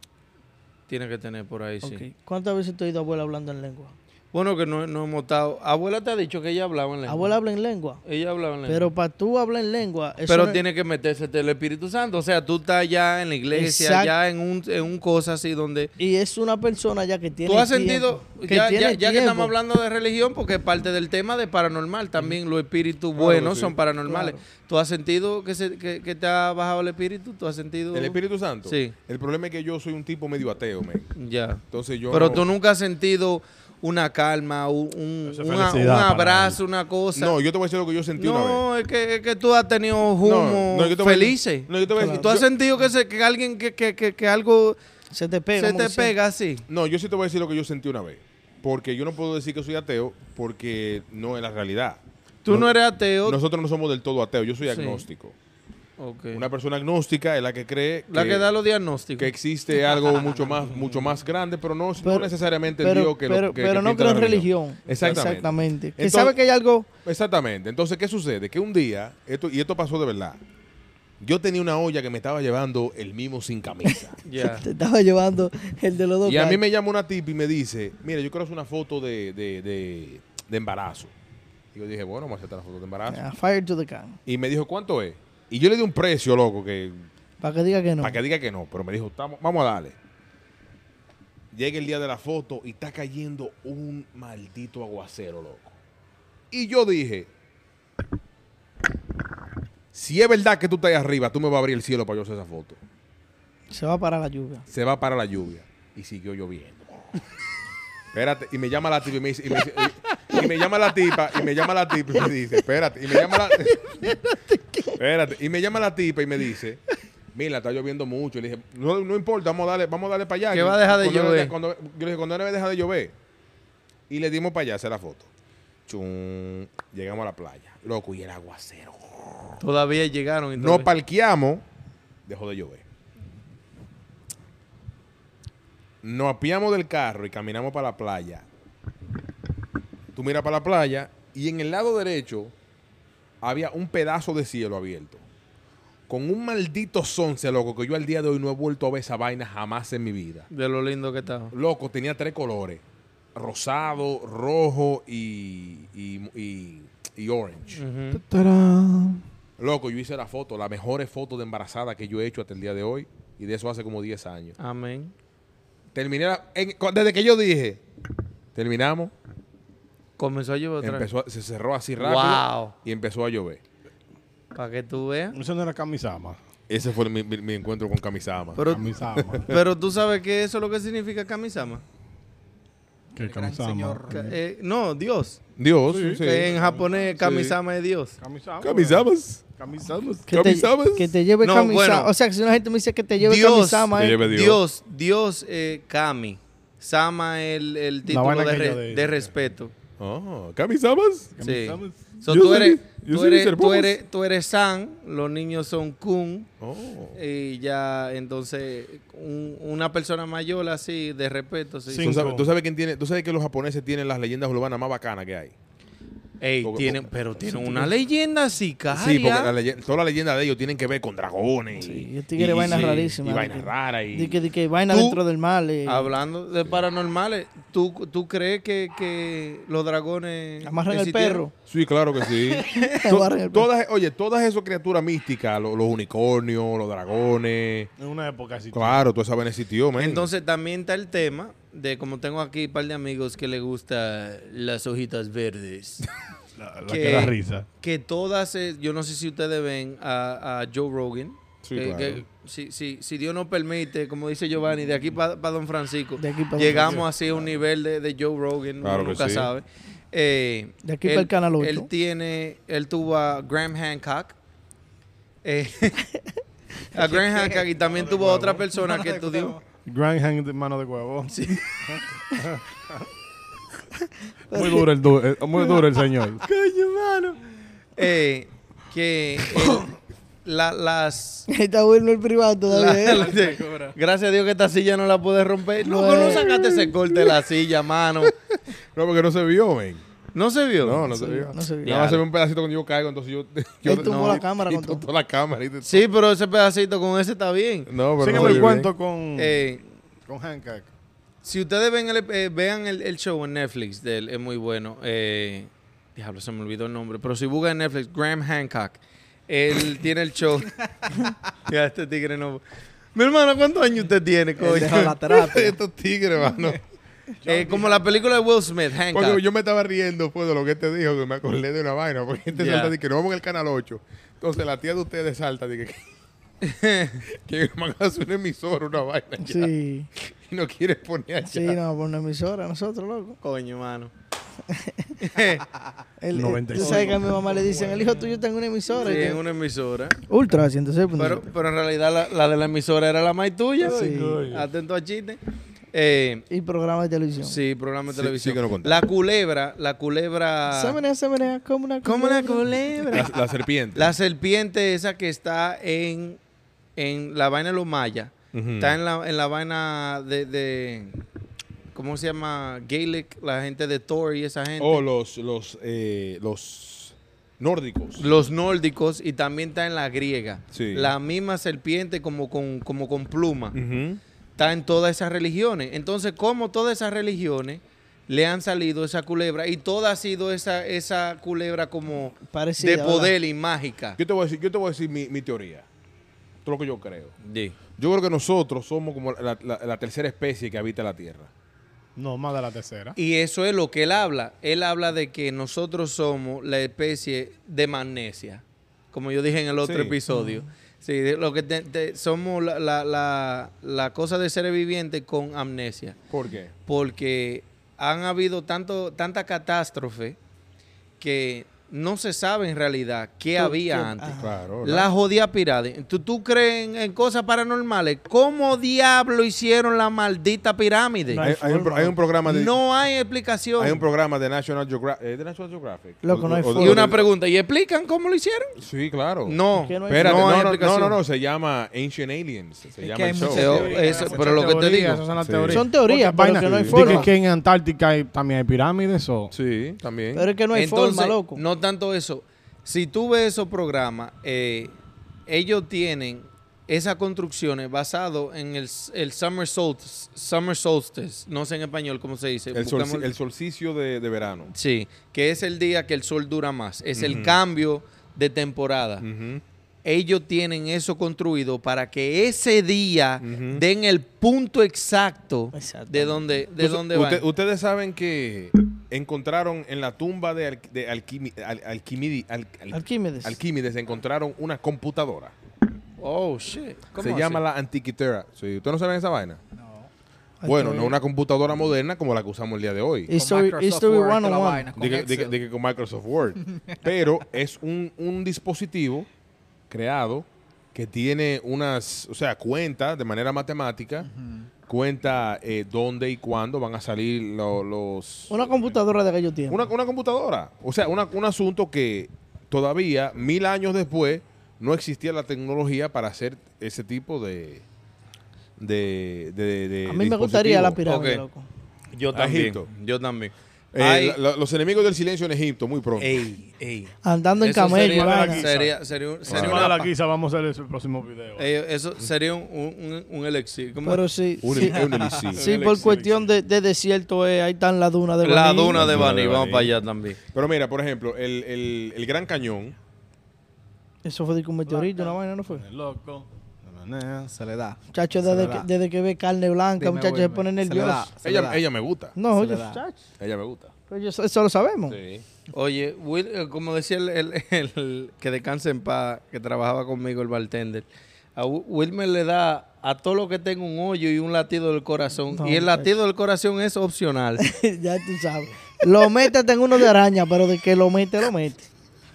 Tiene que tener por ahí, sí.
Ok. ¿Cuántas veces te he oído abuela hablando en lengua?
Bueno, que no, no hemos estado. Abuela te ha dicho que ella hablaba en lengua.
Abuela habla en lengua.
Ella hablaba en lengua.
Pero para tú hablar en lengua, eso
Pero
no-
tiene que meterse el Espíritu Santo. O sea, tú estás ya en la iglesia,
Exacto.
ya en un, en un cosa así donde.
y es una persona ya que tiene
Tú has
tiempo,
sentido, ya,
tiene
ya, ya que
tiempo.
estamos hablando de religión, porque es parte del tema de paranormal también, los espíritus buenos son paranormales. ¿Tú has sentido que, se- que, que te ha bajado el espíritu? ¿Tú has sentido?
¿El Espíritu Santo?
Sí.
El problema es que yo soy un tipo medio ateo, men.
Ya.
Entonces yo
Pero
no-
tú nunca has sentido una calma, un, un-
Esa
una- un
felicidad para
abrazo, una cosa.
No, yo te voy a decir lo que yo sentí una vez.
No, es que, es que tú has tenido humo
no, yo te voy a-
felices.
no, yo te voy a decir-
¿Tú has
yo-
sentido que, se- que alguien, que, que, que, que algo
se te pega.
se
como
te
que
pega así?
No, yo sí te voy a decir lo que yo sentí una vez. Porque yo no puedo decir que soy ateo porque no es la realidad.
Tú no, eres ateo.
Nosotros no somos del todo ateos, yo soy
Sí.
agnóstico.
Ok.
Una persona agnóstica es la que cree
La que da los diagnósticos.
que existe algo mucho más mucho más grande, pero no, no
Pero-
necesariamente el
pero,
Dios que lo-
pero,
que-
pero
que
no
pinta
creo
la
en religión.
Exactamente.
Exactamente. Que
Entonces-
sabe que hay algo.
Exactamente. Entonces, ¿qué sucede? Que un día, esto, y esto pasó de verdad, yo tenía una olla que me estaba llevando el mismo sin camisa.
Ya.
Te estaba llevando el de los dos.
y a mí
gallos.
me llama una tip y me dice, mira, yo quiero hacer una foto de, de- de- de embarazo. Y yo dije, bueno, vamos a hacer una foto de embarazo.
Ah, Fire to the can.
Y me dijo, ¿cuánto es? Y yo le di un precio, loco, que
Para que diga que no.
para que diga que no, pero me dijo, "Tamo- vamos a darle. Llega el día de la foto y está cayendo un maldito aguacero, loco. Y yo dije, si es verdad que tú estás ahí arriba, tú me vas a abrir el cielo para yo hacer esa foto.
Se va a parar la lluvia.
Se va para la lluvia. Y siguió lloviendo. Espérate, y me llama la tipa y me dice, y me, dice- y- y me llama la tipa, y me llama la tipa y me dice, espérate, y me llama la Espérate, y me llama la tipa y me dice, mira, está lloviendo mucho. Y le dije, no, no importa, vamos a darle, vamos a darle para allá.
Que
Yo-
va a dejar de
cuando-
llover.
cuando- yo le dije, cuando no deja de llover. Y le dimos para allá a hacer la foto. Chum, llegamos a la playa. Loco, y el aguacero.
Todavía llegaron. y
Nos
todavía-
parqueamos, dejó de llover. Nos apiamos del carro y caminamos para la playa. Tú miras para la playa y en el lado derecho había un pedazo de cielo abierto. Con un maldito sonce, loco, que yo al día de hoy no he vuelto a ver esa vaina jamás en mi vida.
De lo lindo que estaba.
Loco, tenía tres colores. Rosado, rojo y, y, y- y orange. Loco, yo hice la foto, las mejores fotos de embarazada que yo he hecho hasta el día de hoy. Y de eso hace como 10 años.
Amén.
Terminé la- en- cu- desde que yo dije, terminamos,
Comenzó a llover otra vez.
empezó a- se cerró así rápido
Wow.
y empezó a llover.
Para que tú veas.
Eso no era Kamisama.
Ese fue mi, mi- mi encuentro con Kamisama.
Pero,
Kamisama.
pero tú sabes que eso es lo que significa Kamisama.
El
¿Qué
gran señor.
Ka- eh, no, Dios.
Dios, sí.
Que en japonés Kamisama es Dios.
Kamisama.
Kamisamas.
Kamisamas.
Que te,
¿Camisamas?
que te lleve
No,
camisa.
bueno.
O sea, que si una gente me dice que te lleve
Dios.
camisama,
Te
eh,
lleve pues. Dios.
Dios, Dios eh, Kami. Sama el, el título
vaina
de,
que
re-
yo de-
de respeto.
Oh, Kamisamas.
Sí.
Kamisamas.
So,
Yo
tú,
soy
eres,
mi- yo
tú,
soy
eres,
Mr.
tú,
Boss.
eres, tú eres San, los niños son Kun.
Oh.
Y ya, entonces, un- una persona mayor así, de respeto. Sí.
¿Tú
Cinco.
sabes, tú sabes quién tiene, tú sabes que los japoneses tienen las leyendas urbanas más bacanas que hay.
Ey,
Porque-
tienen,
porque-
pero tienen una leyenda sicaria.
Sí, porque la leye- toda la leyenda de ellos tienen que ver con dragones.
Sí,
y-
yo te quiero
y-
vainas
sí,
rarísimas.
Y vainas raras. Y,
Di que, di que vaina
Tú-
dentro del mal. eh,
Hablando de paranormales, ¿tú, tú crees que, que los dragones.
amarran el
existieron?
perro.
Sí, claro que sí. To-
Amarran el perro.
todas, oye, todas esas criaturas místicas, lo- los, unicornios, los dragones.
En una época así.
Claro, toda esa vaina existió, men.
Entonces también está el tema de como tengo aquí un par de amigos que le gusta las hojitas verdes.
La, la
¿Qué?
que da risa.
que todas, eh, yo no sé si ustedes ven a, a Joe Rogan.
Sí,
que-
claro.
que si, si- si Dios nos permite, como dice Giovanni, de aquí para Don Francisco,
De aquí pa' Don
llegamos
Francisco.
así a un nivel de, de Joe Rogan,
Claro
uno
que
nunca
sí.
sabe. Eh,
De aquí
él-
pa'l Canal ocho.
Él tiene, él tuvo a Graham Hancock. eh, a Graham Hancock y también tuvo a otra persona que estudió.
Grand Hand de mano de huevo.
Sí.
Muy duro el, du- eh, muy duro el señor.
Coño, mano. Eh, que él- la- las
Ahí Está bueno el privado todavía.
La-
eh.
la- gracias a Dios que esta silla no la pude romper. Loco, no sacaste ese corte de la silla, mano.
No, porque no se vio, men.
No se vio.
No, no se vio.
no se vio.
Nada más se ve un pedacito cuando yo caigo, entonces yo. yo
Él tumbó
no,
la cámara
y
con todo.
tumbó la cámara. y de-
Sí, pero ese pedacito con ese está bien.
No, pero. no
Sígueme
se
el
vio
cuento con,
Eh,
con Hancock.
si ustedes ven el, eh, vean el, el show en Netflix, de él, es muy bueno. Eh, diablo, se me olvidó el nombre. Pero si buscan en Netflix, Graham Hancock, él tiene el show. ya, este tigre no. Mi hermano, ¿cuántos años usted tiene, coño?
Deja la terapia.
bien. Estos tigres, mano.
Eh, como la película de Will Smith, Hancock.
Coño, yo me estaba riendo pues, de lo que te dijo, que me acordé de una vaina, porque este gente
Ya.
salta de que no vamos en el canal 8. Entonces la tía de ustedes salta de que que van a hacer un emisor, una vaina ya,
Sí,
y no quiere poner allá.
sí, no, por una emisora, nosotros, loco.
Coño, mano.
El, el- tú
95.
sabes que a mi mamá le dicen, el hijo tuyo está en una emisora.
Sí,
y que-
en una emisora.
Ultra 106.
Pero, pero en realidad la, la de la emisora era la más tuya.
Sí.
Atento a chiste. Eh,
y programa de televisión.
sí, programa de
Sí,
televisión.
sí que no contaba.
la culebra, la culebra.
Se menea, se menea, como una
¿Cómo la
culebra.
ah. culebra?
La, la serpiente.
La serpiente esa que está en, en la vaina de los mayas.
Ujú.
Está en la, en la vaina de, de- ¿Cómo se llama? Gaelic, la gente de Thor y esa gente.
O los, los, eh, los nórdicos.
los nórdicos y también está en la griega.
Sí.
La misma serpiente como con, como con pluma.
Ujú.
está en todas esas religiones. Entonces, como todas esas religiones le han salido esa culebra y toda ha sido esa, esa culebra como
Parecida,
de
¿verdad?
poder y mágica?
Yo te voy a decir, yo te voy a decir mi, mi teoría. Todo lo que yo creo.
Sí.
Yo creo que nosotros somos como la, la- la tercera especie que habita la Tierra.
No, más de la tercera.
Y eso es lo que él habla. Él habla de que nosotros somos la especie de magnesia, como yo dije en el otro
Sí.
episodio. Sí, de lo que te- te- somos la, la- la- la cosa de ser viviente con amnesia.
¿Por qué?
porque han habido tanto, tanta catástrofe que no se sabe en realidad qué
Tú-
había
tú-
antes.
ajá.
Claro.
La jodida pirámide. ¿Tú, tú crees en, en cosas paranormales? ¿Cómo diablo hicieron la maldita pirámide?
Hay, hay un, pro- hay un programa de...
No hay explicación.
Hay un programa de National, Geogra- eh, de National Geographic.
Loco, no hay
O- o-
forma.
y una pregunta, ¿y explican cómo lo hicieron?
Sí, claro.
No,
que no hay-
Espérate,
no hay
no, no, no,
explicación.
no, no, se llama Ancient Aliens. Se llama
hay
el show.
muchas
Teo-
teorías,
eso-
muchas
pero lo que te
Teorías,
digo,
esas son las
Sí.
teorías.
Son teorías,
Otras
pero
vainas.
que no hay
Sí.
Dije
forma.
que en Antártica hay- también hay pirámides o...
Sí, también.
Pero es que no hay
Entonces,
forma, loco.
No tanto eso. Si tú ves esos programas, eh, ellos tienen esas construcciones basado en el, s- el summer, solstice, summer solstice. No sé en español cómo se dice.
el, solsti-
Busquemos-
el solsticio de, de verano.
sí, que es el día que el sol dura más. Es el
Ujú.
cambio de temporada.
Ujú.
Ellos tienen eso construido para que ese día
Ujú.
den el punto exacto de
Exactamente.
donde, de
Entonces,
donde
usted-
van.
Ustedes saben que encontraron en la tumba de, Al- de Alquimi- Al- Alquimidi- Al- Al-
Arquímedes.
Alquímedes encontraron una computadora.
Oh, shit. ¿Cómo
Se
así?
llama la Antiquitera. Sí, ¿Ustedes no saben esa vaina?
Ahí
Bueno,
está
no
bien.
una computadora moderna como la que usamos el día de hoy.
History,
Microsoft
history
Word, toda la
101.
vaina, con
de que, de que-
Excel.
de que con Microsoft Word. Pero es un, un dispositivo creado que tiene unas, o sea, cuenta de manera matemática, cuenta eh, dónde y cuándo van a salir lo- los...
Una computadora de aquellos tiempos.
Una, una computadora. O sea, una- un asunto que todavía, mil años después, no existía la tecnología para hacer ese tipo de... de, de- de- de
a mí me gustaría la
dispositivo.
pirámide,
Ok.
loco.
Yo también.
Ajito.
Yo también.
Eh,
Hay-
la- la- los enemigos del silencio en Egipto, muy pronto.
Ey, ey.
Andando en
Eso
camello.
sería-
vaina.
Sería, sería, un- sería
Encima
una
de la
pa-
guisa vamos a hacer el próximo video.
eh, Eso sería un, un, un- un elixir. ¿Cómo
Pero
es?
sí.
Un,
sí,
un elixir.
sí, por
elixir,
cuestión de, de desierto, eh, ahí están las dunas de
la
Baní.
duna de
La duna
Bani,
de
vamos
Baní.
para allá también.
Pero mira, por ejemplo, el, el- el Gran Cañón,
Eso fue de que un meteorito, una vaina, ¿no fue?
Loco.
Se le da.
Muchachos,
Se le
desde
da.
que, desde que ve carne blanca,
Dime,
muchachos, se
Wilmer,
ponen
se le da.
nerviosos.
Se le
ella,
da.
ella me gusta.
No,
Se
oye,
le da.
muchachos,
Ella me gusta.
oye, eso, eso lo sabemos.
Sí.
Oye, Will, eh, como decía el, el- el que descanse en paz, que trabajaba conmigo, el bartender, a Wi- Wilmer le da a todo lo que tenga un hoyo y un latido del corazón.
No,
y el
muchacho.
latido del corazón es opcional.
ya tú sabes. Lo mete, tengo uno de araña, pero de que lo mete, lo mete.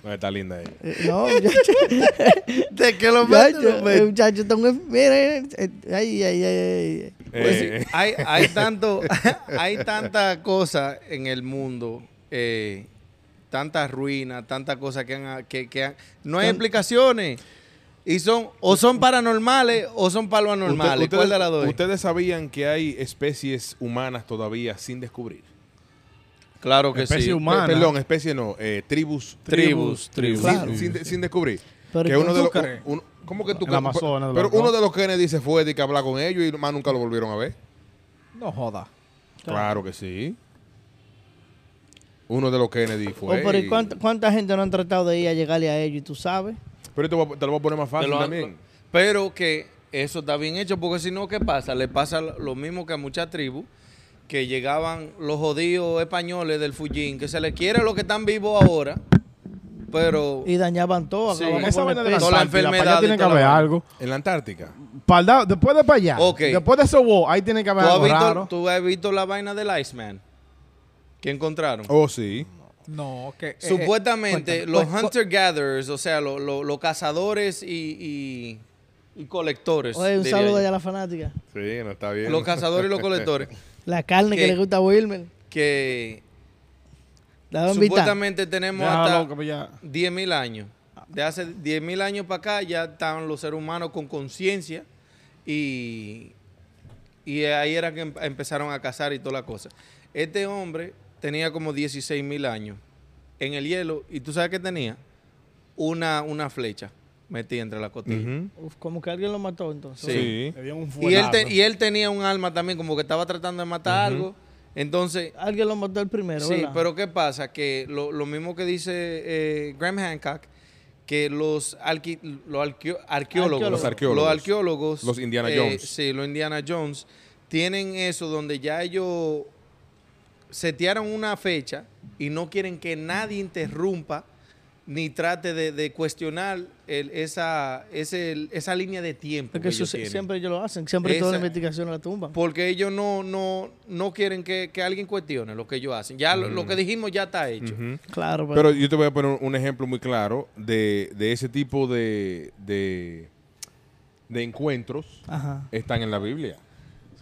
No, está linda ella.
Eh, No, muchacho,
¿De qué lo mete, lo
muchacho,
mete?
eh, muchacho, tengo. Mira, eh, eh, ay, ay, ay, ay.
Pues sí,
Eh,
hay, hay tanto, hay tanta cosa en el mundo, eh, tantas ruinas, tantas cosas que han, que, que han- no hay explicaciones. Y son, o son paranormales o son palos anormales.
Usted-
¿Cuál
ustedes-
de las dos es?
Ustedes sabían que hay especies humanas todavía sin descubrir.
Claro que
Especie
sí.
humana.
Pe- Perdón, especies no, eh, tribus.
Tribus,
Sin-
tribus.
Claro.
Sin, de- sin descubrir.
Pero
que
¿y
uno
tú
de los,
crees?
un- ¿Cómo que tú
El
crees?
Amazonas,
Pero
los-
uno de los Kennedy se fue de que hablar con ellos y más nunca lo volvieron a ver.
No joda.
Claro que sí. Uno de los Kennedy
Oh,
fue.
pero
y-
¿y cuánta, cuánta gente no han tratado de ir a llegarle a ellos? Y tú sabes.
Pero te, voy a- te lo voy a poner más
Te
fácil
lo han-
también.
Pero que eso está bien hecho, porque si no, ¿qué pasa? Le pasa lo mismo que a muchas tribus, que llegaban los jodidos españoles del Fujín, que se les quiere a los que están vivos ahora, pero...
Y dañaban todo.
Sí.
acababan
Esa
con
vaina de
la
la
Toda
especie.
la
Antártida, para allá
enfermedad
tiene
y
que
toda la
haber
vaina.
algo.
En la Antártica.
Para el lado- después de para allá,
Ok.
después de eso, wow, ahí tiene que
¿Tú
haber
has,
algo
visto,
raro.
tú has visto la vaina del Iceman que encontraron.
Oh, sí.
No, que. eh,
Supuestamente
cuéntame,
los
cu- cu-
hunter-gatherers, o sea, lo- lo- los cazadores y, y- y colectores.
Oye, un
diría
saludo
yo.
allá a la fanática.
Sí, no está bien.
Los cazadores y los colectores.
La carne
¿Qué?
que le gusta a Wilmer.
Que
La van a invitar.
supuestamente tenemos
Déjalo,
hasta...
que ya-
10.000 años. De hace 10.000 años para acá ya estaban los seres humanos con conciencia y, y ahí era que em- empezaron a cazar y toda la cosa. Este hombre tenía como 16.000 años en el hielo y tú sabes que tenía una, una flecha metida entre las costillas.
Ujú.
Uf, como que alguien lo mató entonces.
Sí.
Sí.
Le dieron un
y, él
fuelazo.
te- y él tenía un alma también, como que estaba tratando de matar algo. Entonces,
Alguien lo mató el primero.
sí,
¿verdad?
pero ¿qué pasa? Que lo, lo mismo que dice eh, Graham Hancock, que los, arqui- los arqueo- arqueólogos,
Los
arqueólogos.
los arqueólogos,
Los Indiana
eh,
Jones.
sí, los Indiana Jones, tienen eso donde ya ellos setearon una fecha y no quieren que nadie interrumpa ni trate de, de cuestionar el- esa, ese- esa línea de tiempo.
Es
que
que eso
ellos
se-
tienen.
siempre ellos lo hacen. Siempre toda la
Esa-
investigación la tumba.
Porque ellos no, no, no quieren que, que alguien cuestione lo que ellos hacen. Ya lo, lo que dijimos ya está hecho.
Mm. Ujú.
Claro, pero,
Pero yo te voy a poner un ejemplo muy claro de, de ese tipo de, de, de encuentros.
Ajá,
Están en la Biblia.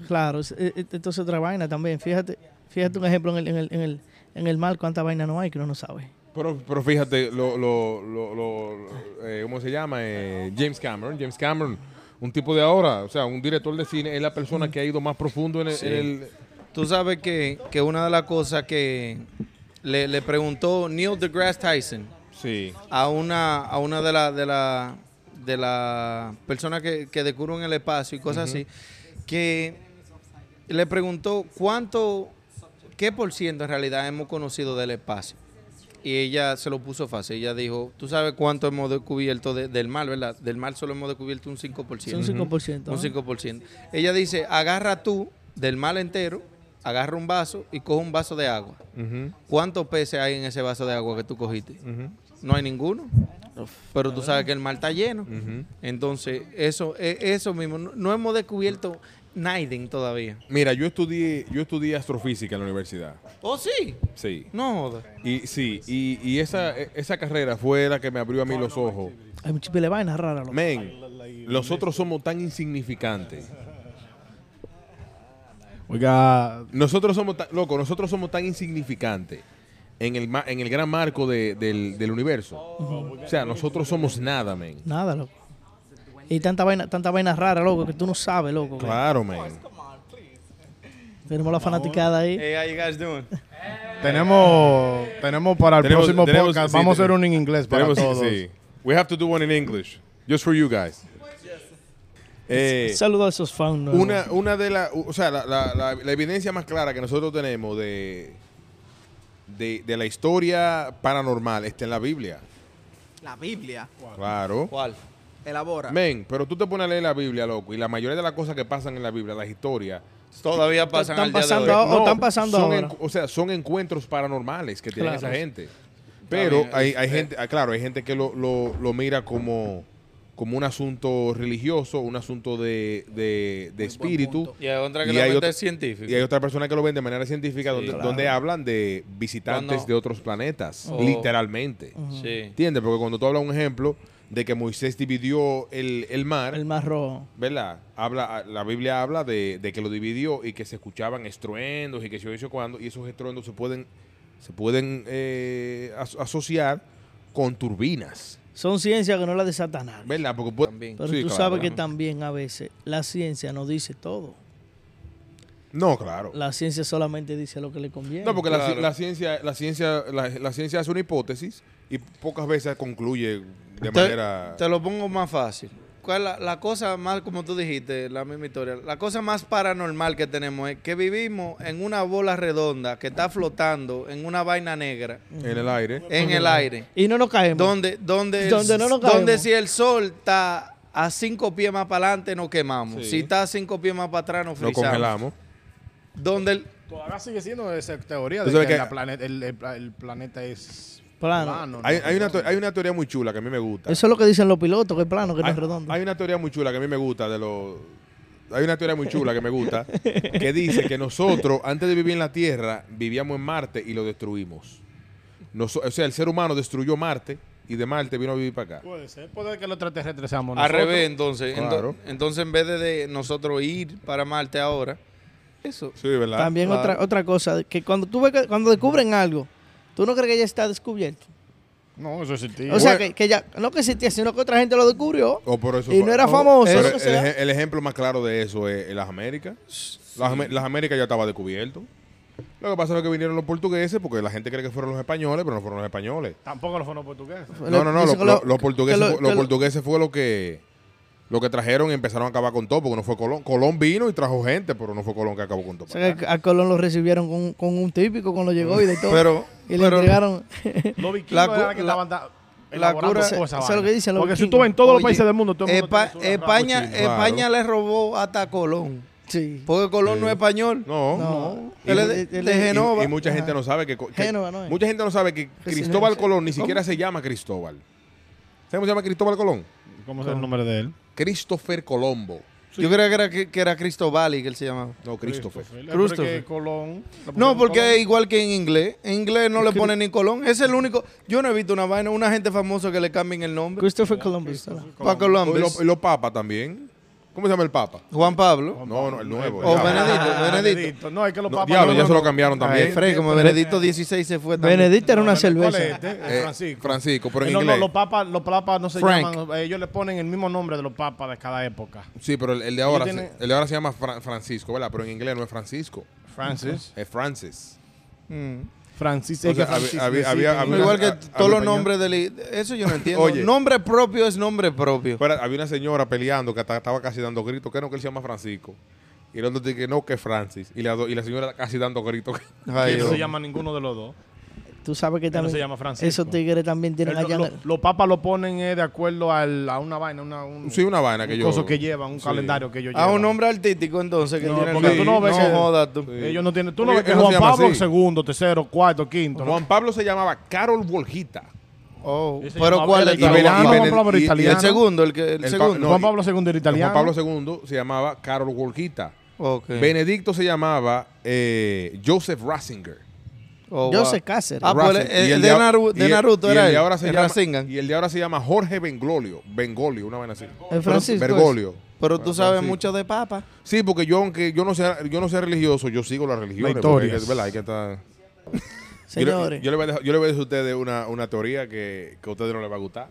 claro. es- e- e- Entonces otra vaina también. Fíjate, fíjate un ejemplo en el, en el, en el, en el mar, cuánta vaina no hay que uno no sabe.
Pero, pero fíjate, lo, lo, lo- lo- eh, ¿cómo se llama? Eh, James Cameron. James Cameron, un tipo de ahora, o sea, un director de cine, es la persona que ha ido más profundo en el... en el-
Tú sabes que, que una de las cosas que le, le preguntó Neil deGrasse Tyson
sí.
a una, a una de las de la, de la personas que, que descubren el espacio y cosas así, que le preguntó cuánto, qué por ciento en realidad hemos conocido del espacio. Y ella se lo puso fácil. Ella dijo, tú sabes cuánto hemos descubierto de- del mar, ¿verdad? Del mar solo hemos descubierto un 5%.
Es un 5%.
Un
¿no?
5%. Ella dice, agarra tú del mal entero, agarra un vaso y coge un vaso de agua.
Ujú,
¿Cuántos peces hay en ese vaso de agua que tú cogiste?
ujú,
No hay ninguno. Pero tú sabes que el mar está lleno.
ujú.
Entonces, eso, e- eso mismo. No, no hemos descubierto Naiden todavía.
Mira, yo estudié, yo estudié astrofísica en la universidad.
¿Oh, sí?
Sí.
No jodas.
Y sí, y, y esa, e- esa carrera fue la que me abrió a mí los ojos.
Hay muchas pile de vainas raras. loco.
Men, nosotros somos tan insignificantes.
Oiga,
Nosotros somos tan, loco, nosotros somos tan insignificantes en el, ma- en el gran marco de- del, del universo. O sea, nosotros somos nada, men.
Nada, loco. Y tanta vaina, tanta vaina rara, loco, que tú no sabes, loco. que
Claro, men.
Tenemos la fanaticada ahí.
Eh,
Hey, how you guys doing?
Tenemos, tenemos para el
Tenemos-
próximo
tenemos-
podcast.
sí,
Vamos a hacer
tenemos-
uno en inglés para
Tenemos-
todos.
sí. We have to do one in English, just for you guys. Eh,
Saludos a esos fans. nuevos.
una, una de las, o sea, la, la- la- la evidencia más clara que nosotros tenemos de, de, de la historia paranormal está en la Biblia.
La Biblia
Claro.
¿Cuál?
elabora.
Men, pero tú te pones a leer la Biblia, loco, y la mayoría de las cosas que pasan en la Biblia, las historias, eh,
Todavía pasan
Están
al día de
pasando
hoy.
ahora. O están pasando
son
ahora.
encu- O sea, son encuentros paranormales que tiene
Claro.
esa gente. Pero
bien,
hay,
es-
hay
eh.
gente, ah, claro, hay gente que lo, lo- lo mira como, como un asunto religioso, un asunto de, de- de espíritu.
punto.
Y hay otra que
Y
la
hay
mente
otra-
es científica.
Y hay otra persona que lo ven de manera científica
Sí,
donde,
claro.
donde hablan de visitantes
Cuando-
de otros planetas,
Oh.
literalmente.
Sí.
¿Entiendes? Porque cuando tú hablas un ejemplo de que Moisés dividió el, el mar,
El más rojo.
¿verdad? Habla, la Biblia habla de, de que lo dividió y que se escuchaban estruendos y que se hizo cuando, y esos estruendos se pueden, se pueden eh, as- asociar con turbinas,
Son ciencias que no las de Satanás.
¿verdad? Porque puede-
También.
Pero
Sí,
tú
claro.
sabes que también a veces la ciencia no dice todo.
No, claro.
La ciencia solamente dice lo que le conviene.
No, porque la ci-
Claro.
la, ciencia, la ciencia, la, la ciencia hace una hipótesis y pocas veces concluye de
te,
manera.
te lo pongo más fácil. ¿Cuál la, la cosa más, como tú dijiste, la misma historia, la cosa más paranormal que tenemos es que vivimos en una bola redonda que está flotando en una vaina negra
en el aire.
en el aire.
Y no nos caemos.
Donde, donde, el-
Donde no nos caemos.
donde si el sol está a cinco pies más para adelante, nos quemamos.
Sí.
Si está a cinco pies más para atrás, nos
Lo
frizamos.
congelamos.
Donde el-
Todavía sigue siendo esa teoría
Tú
de
sabes
que,
que-
la planet- el, el pla- el planeta es
Plano.
¿no?
Hay, hay una, teo- hay una teoría muy chula que a mí me gusta.
Eso es lo que dicen los pilotos, que es plano, que no
hay,
es redondo.
hay una teoría muy chula que a mí me gusta de los. Hay una teoría muy chula que me gusta que dice que nosotros, antes de vivir en la Tierra, vivíamos en Marte y lo destruimos. Nos- o sea, el ser humano destruyó Marte y de Marte vino a vivir para acá.
Puede ser, puede que los extraterrestres seamos
al
nosotros.
revés, entonces. Ento-
Claro.
entonces, en vez de, de nosotros ir para Marte ahora, eso.
Sí, ¿verdad?
También
claro.
otra otra cosa, que cuando tú ves que- cuando descubren algo, tú no crees que ya está descubierto.
No, eso existía.
O sea,
Bueno. Oh,
que, que ya, no que existía, sino que otra gente lo descubrió.
O por eso
Y
fue-
no era
o-
famoso,
pero
lo que
el,
sea.
ej- el ejemplo más claro de eso es las Américas. Las, Amé- las Américas ya estaba descubierto. Lo que pasa es que vinieron los portugueses porque la gente cree que fueron los españoles, pero no fueron los españoles.
Tampoco lo fueron portugueses.
No, no, no.
Dicen
lo-
que
lo-
lo-
los portugueses,
que lo-
fu- los
que lo-
portugueses fue lo que lo que trajeron y empezaron a acabar con todo, porque no fue Colón. Colón vino y trajo gente, pero no fue Colón que acabó con todo.
O sea, que a Colón lo recibieron con, con un típico cuando llegó y de todo.
Pero,
y le
pero-
entregaron.
Los vikingos
La cu-
eran que
la-
estaban da-
la
elaborando
cura-
toda esa
eso es lo
vaina.
que dicen los
Porque si
vikingos.
tú ves en todos los
Oye,
países del mundo, todo el mundo
Espa-
tiene su rabo
España,
chino, claro.
España le robó hasta Colón.
Sí.
Porque Colón no es español.
No,
No.
Él es de,
Él- él-
de
él-
Y-
Genova.
Y, mucha
Ajá.
gente no sabe que, co- que-
Génova, ¿no es?
mucha gente no sabe
Pues
que
sí,
Cristóbal
sí.
Colón ni siquiera se llama Cristóbal. ¿Sabes cómo se llama Cristóbal Colón?
¿Cómo es el nombre de él?
Christopher Colombo.
Yo creía que era, que, que era Cristobal y que él se llamaba.
No, Christopher.
Christopher. Colón.
No, porque es igual que en inglés. En inglés no le ponen ni Colón. Es el único. Yo no he visto una vaina, una gente famosa que le cambien el nombre.
Christopher Columbus. ¿verdad?
Para
Y
Columbus.
los lo papas también. ¿Cómo se llama el papa?
Juan Pablo.
No, no, el nuevo.
O
el diablo.
Benedicto, Benedicto.
Ah, No, es que los
No,
papas.
diablo,
no,
ya
no,
se lo
no.
cambiaron
Ay,
también.
Fre, como Benedicto 16 se fue también.
Benedicta era una
No, ¿cuál es
cerveza.
este?
Eh,
Eh, Francisco. Eh,
Francisco, pero en
no,
inglés.
no, los papas, los papas no se
Frank.
llaman. eh, Ellos le ponen el mismo nombre de los papas de cada época.
Sí, pero el, el de ahora,
tiene-
se, el de ahora se llama Fra- Francisco, ¿verdad? Pero en inglés no es Francisco,
Francis.
es Francis.
Mm.
Francis.
O
es que
sea, había-
Francis
había-
decía
había-
que-
había-
No, igual que
a- a
todos los
mi
nombres del. Eso yo no entiendo.
Oye.
Nombre propio es nombre propio.
Pues,
Pero había una señora peleando que hasta estaba casi dando gritos, que no, que él se llama Francisco. Y el otro dice que no, que es Francis. Y la, do- y la señora casi dando gritos.
que
Ay,
no
Dios.
se llama ninguno de los dos.
Tú sabes que
Él no
también.
se llama Francisco.
Esos tigres también tienen
Él lo-
allá.
lo- los papas lo ponen eh, de acuerdo al- a una vaina, una, un,
Sí, una vaina
un
que yo...
coso que llevan, un
sí.
calendario que ellos
A
llevan.
Ah, un nombre artístico entonces que
No,
tiene el
porque
tú
nombre.
no
ves
No
que-
jodas tú.
Ellos no tienen. Tú
Él-
no ves que
él no se
Juan
llama
Pablo
así.
el segundo, tercero, cuarto, quinto.
Juan Pablo se llamaba Carol Borjita.
Oh,
Ese
pero
llamaba
¿cuál
el
es? Juan
italiano,
Pablo?
Juan Pablo era
y- y el
Y el
italiano.
segundo, el que el
El pa-
segundo.
no,
Juan Pablo II era italiano.
Juan Pablo II se llamaba Carol Borjita.
Ok.
Benedicto se llamaba eh, Joseph Ratzinger.
Oh, wow.
Joseph Cáceres.
Ah, pues,
Ratzinger.
eh,
Y el
de,
a-
Naru- de
y el-
Naruto
y el
era
de
él.
ahora se
el
llama-
Rasengan.
Y el de ahora se llama Jorge Benglolio. Bengolio, una vaina así.
El Francisco.
Bergoglio.
Pero tú sabes
Francisco.
mucho de papa.
Sí, porque yo, aunque yo no sea, yo no sea religioso, yo sigo las religiones.
La
porque hay
historia.
que- ¿verdad? Hay que estar-
Señores.
Yo, le- yo le voy a dejar, yo le voy a decir a ustedes una, una teoría que, que a ustedes no les va a gustar.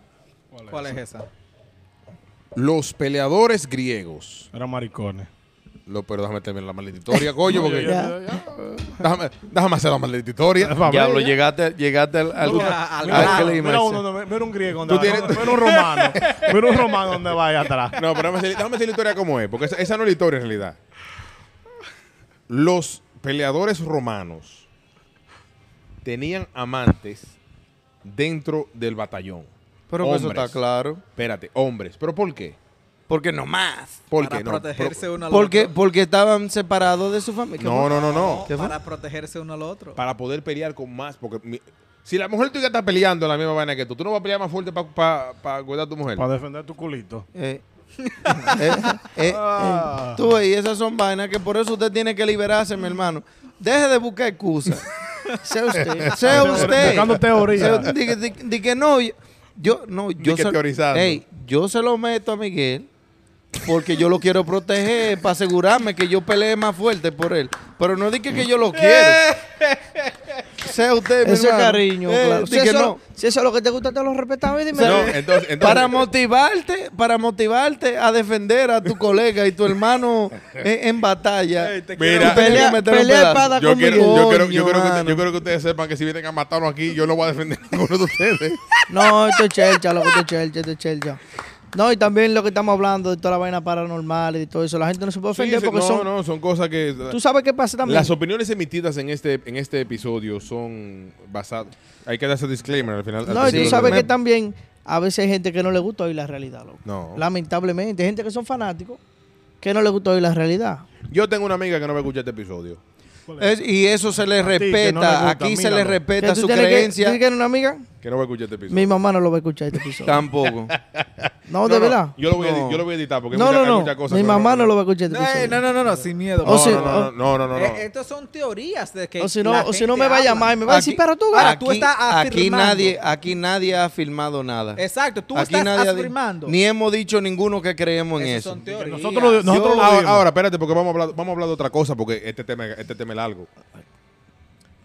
¿Cuál es esa?
Los peleadores griegos
Era maricones.
Lo, pero déjame terminar la maldita historia, coño, porque
ya.
déjame, déjame hacer la maldita historia.
Diablo, llegaste, llegaste al, al, al
Mira
clima ese.
uno, donde- mira un griego donde
Tú
vaya,
tienes-
mira un romano. Mira un romano donde vaya atrás.
No, pero déjame decir, déjame decir la historia como es, porque esa, esa no es la historia en realidad. Los peleadores romanos tenían amantes dentro del batallón.
Pero pues
hombres.
eso está claro.
Espérate, hombres. ¿Pero por qué?
Porque no más.
¿Por
para
qué? No,
protegerse
pero-
uno al
Porque,
otro.
porque estaban separados de su familia.
no, no, no, no.
¿Qué fue?
Para protegerse uno al otro.
Para poder pelear con más. Porque mi- si la mujer tuya está peleando la misma vaina que tú, tú no vas a pelear más fuerte para cuidar a tu mujer.
Para defender tu culito.
Eh, eh, eh, eh. Tú ves, y esas son vainas que por eso usted tiene que liberarse, mi hermano. Deje de buscar excusas.
Sea usted.
Sea usted.
Buscando teoría.
Sea- di, que- di que- di que no, yo, yo- no, yo
que teorizando.
Ey, yo se lo meto a Miguel porque yo lo quiero proteger para asegurarme que yo pelee más fuerte por él. Pero no dije que yo lo quiero. sea usted, mi
Ese
hermano.
cariño,
Eh,
claro.
di
Si
que
eso,
no.
si eso es lo que te gusta, te lo respetaba y dime.
No, entonces, entonces-
para motivarte, para motivarte a defender a tu colega y tu hermano en, en batalla.
te
Mira,
Tú tenías
Pelea-
que meter un
pelea
pedazo.
espada
yo quiero, yo, quiero, yo,
Coño,
quiero que usted-
mano.
yo quiero que ustedes sepan que si vienen a matarnos aquí, yo no voy a defender a ninguno de ustedes.
No, esto es chelcha, loco, esto es chelcha, esto es chelcha. No, y también lo que estamos hablando de toda la vaina paranormal y de todo eso. La gente no se puede
Sí,
ofender
sí,
porque
no,
son...
no, son cosas que...
Tú sabes qué pasa también.
Las opiniones emitidas en este, en este episodio son basadas... Hay que dar ese disclaimer al final. al
No, y
principio
tú
del
sabes que
programa.
también a veces hay gente que no le gusta oír la realidad, loco.
No.
Lamentablemente. Hay gente que son fanáticos que no le gusta oír la realidad.
Yo tengo una amiga que no me escucha este episodio.
Es- y eso se le
ti, que no le
respeta.
gusta,
Aquí se
míralo.
le
¿Qué
respeta
tú
su
tienes que-
creencia.
tú tienes una amiga?
Que no me escucha este episodio.
Mi mamá no lo va a escuchar este episodio.
Tampoco.
No,
No, de
no,
verdad.
yo, lo voy a,
No.
edi- yo lo voy a editar porque hay
No,
mucha-
no,
hay
no.
muchas cosas
Mi
que
mamá no lo va a escuchar este
Ey,
episodio.
no, no, no, no, sin miedo.
O
No,
por
si-
no,
favor.
no, no, no, no, no.
Eh, estos son teorías de que
O si no,
la
o si no
gente
me va a
habla.
llamar y me va a decir, pero tú...
Ahora,
ganas".
tú estás
aquí
afirmando.
nadie, aquí nadie ha afirmado nada.
Exacto, tú
aquí
estás
nadie ha di-
afirmando.
Ni hemos dicho ninguno que creemos en
Esas
eso.
son teorías.
Nosotros, nosotros lo
ahora,
vimos.
ahora, espérate, porque vamos a hablar, vamos a hablar de otra cosa, porque este tema, este tema es largo.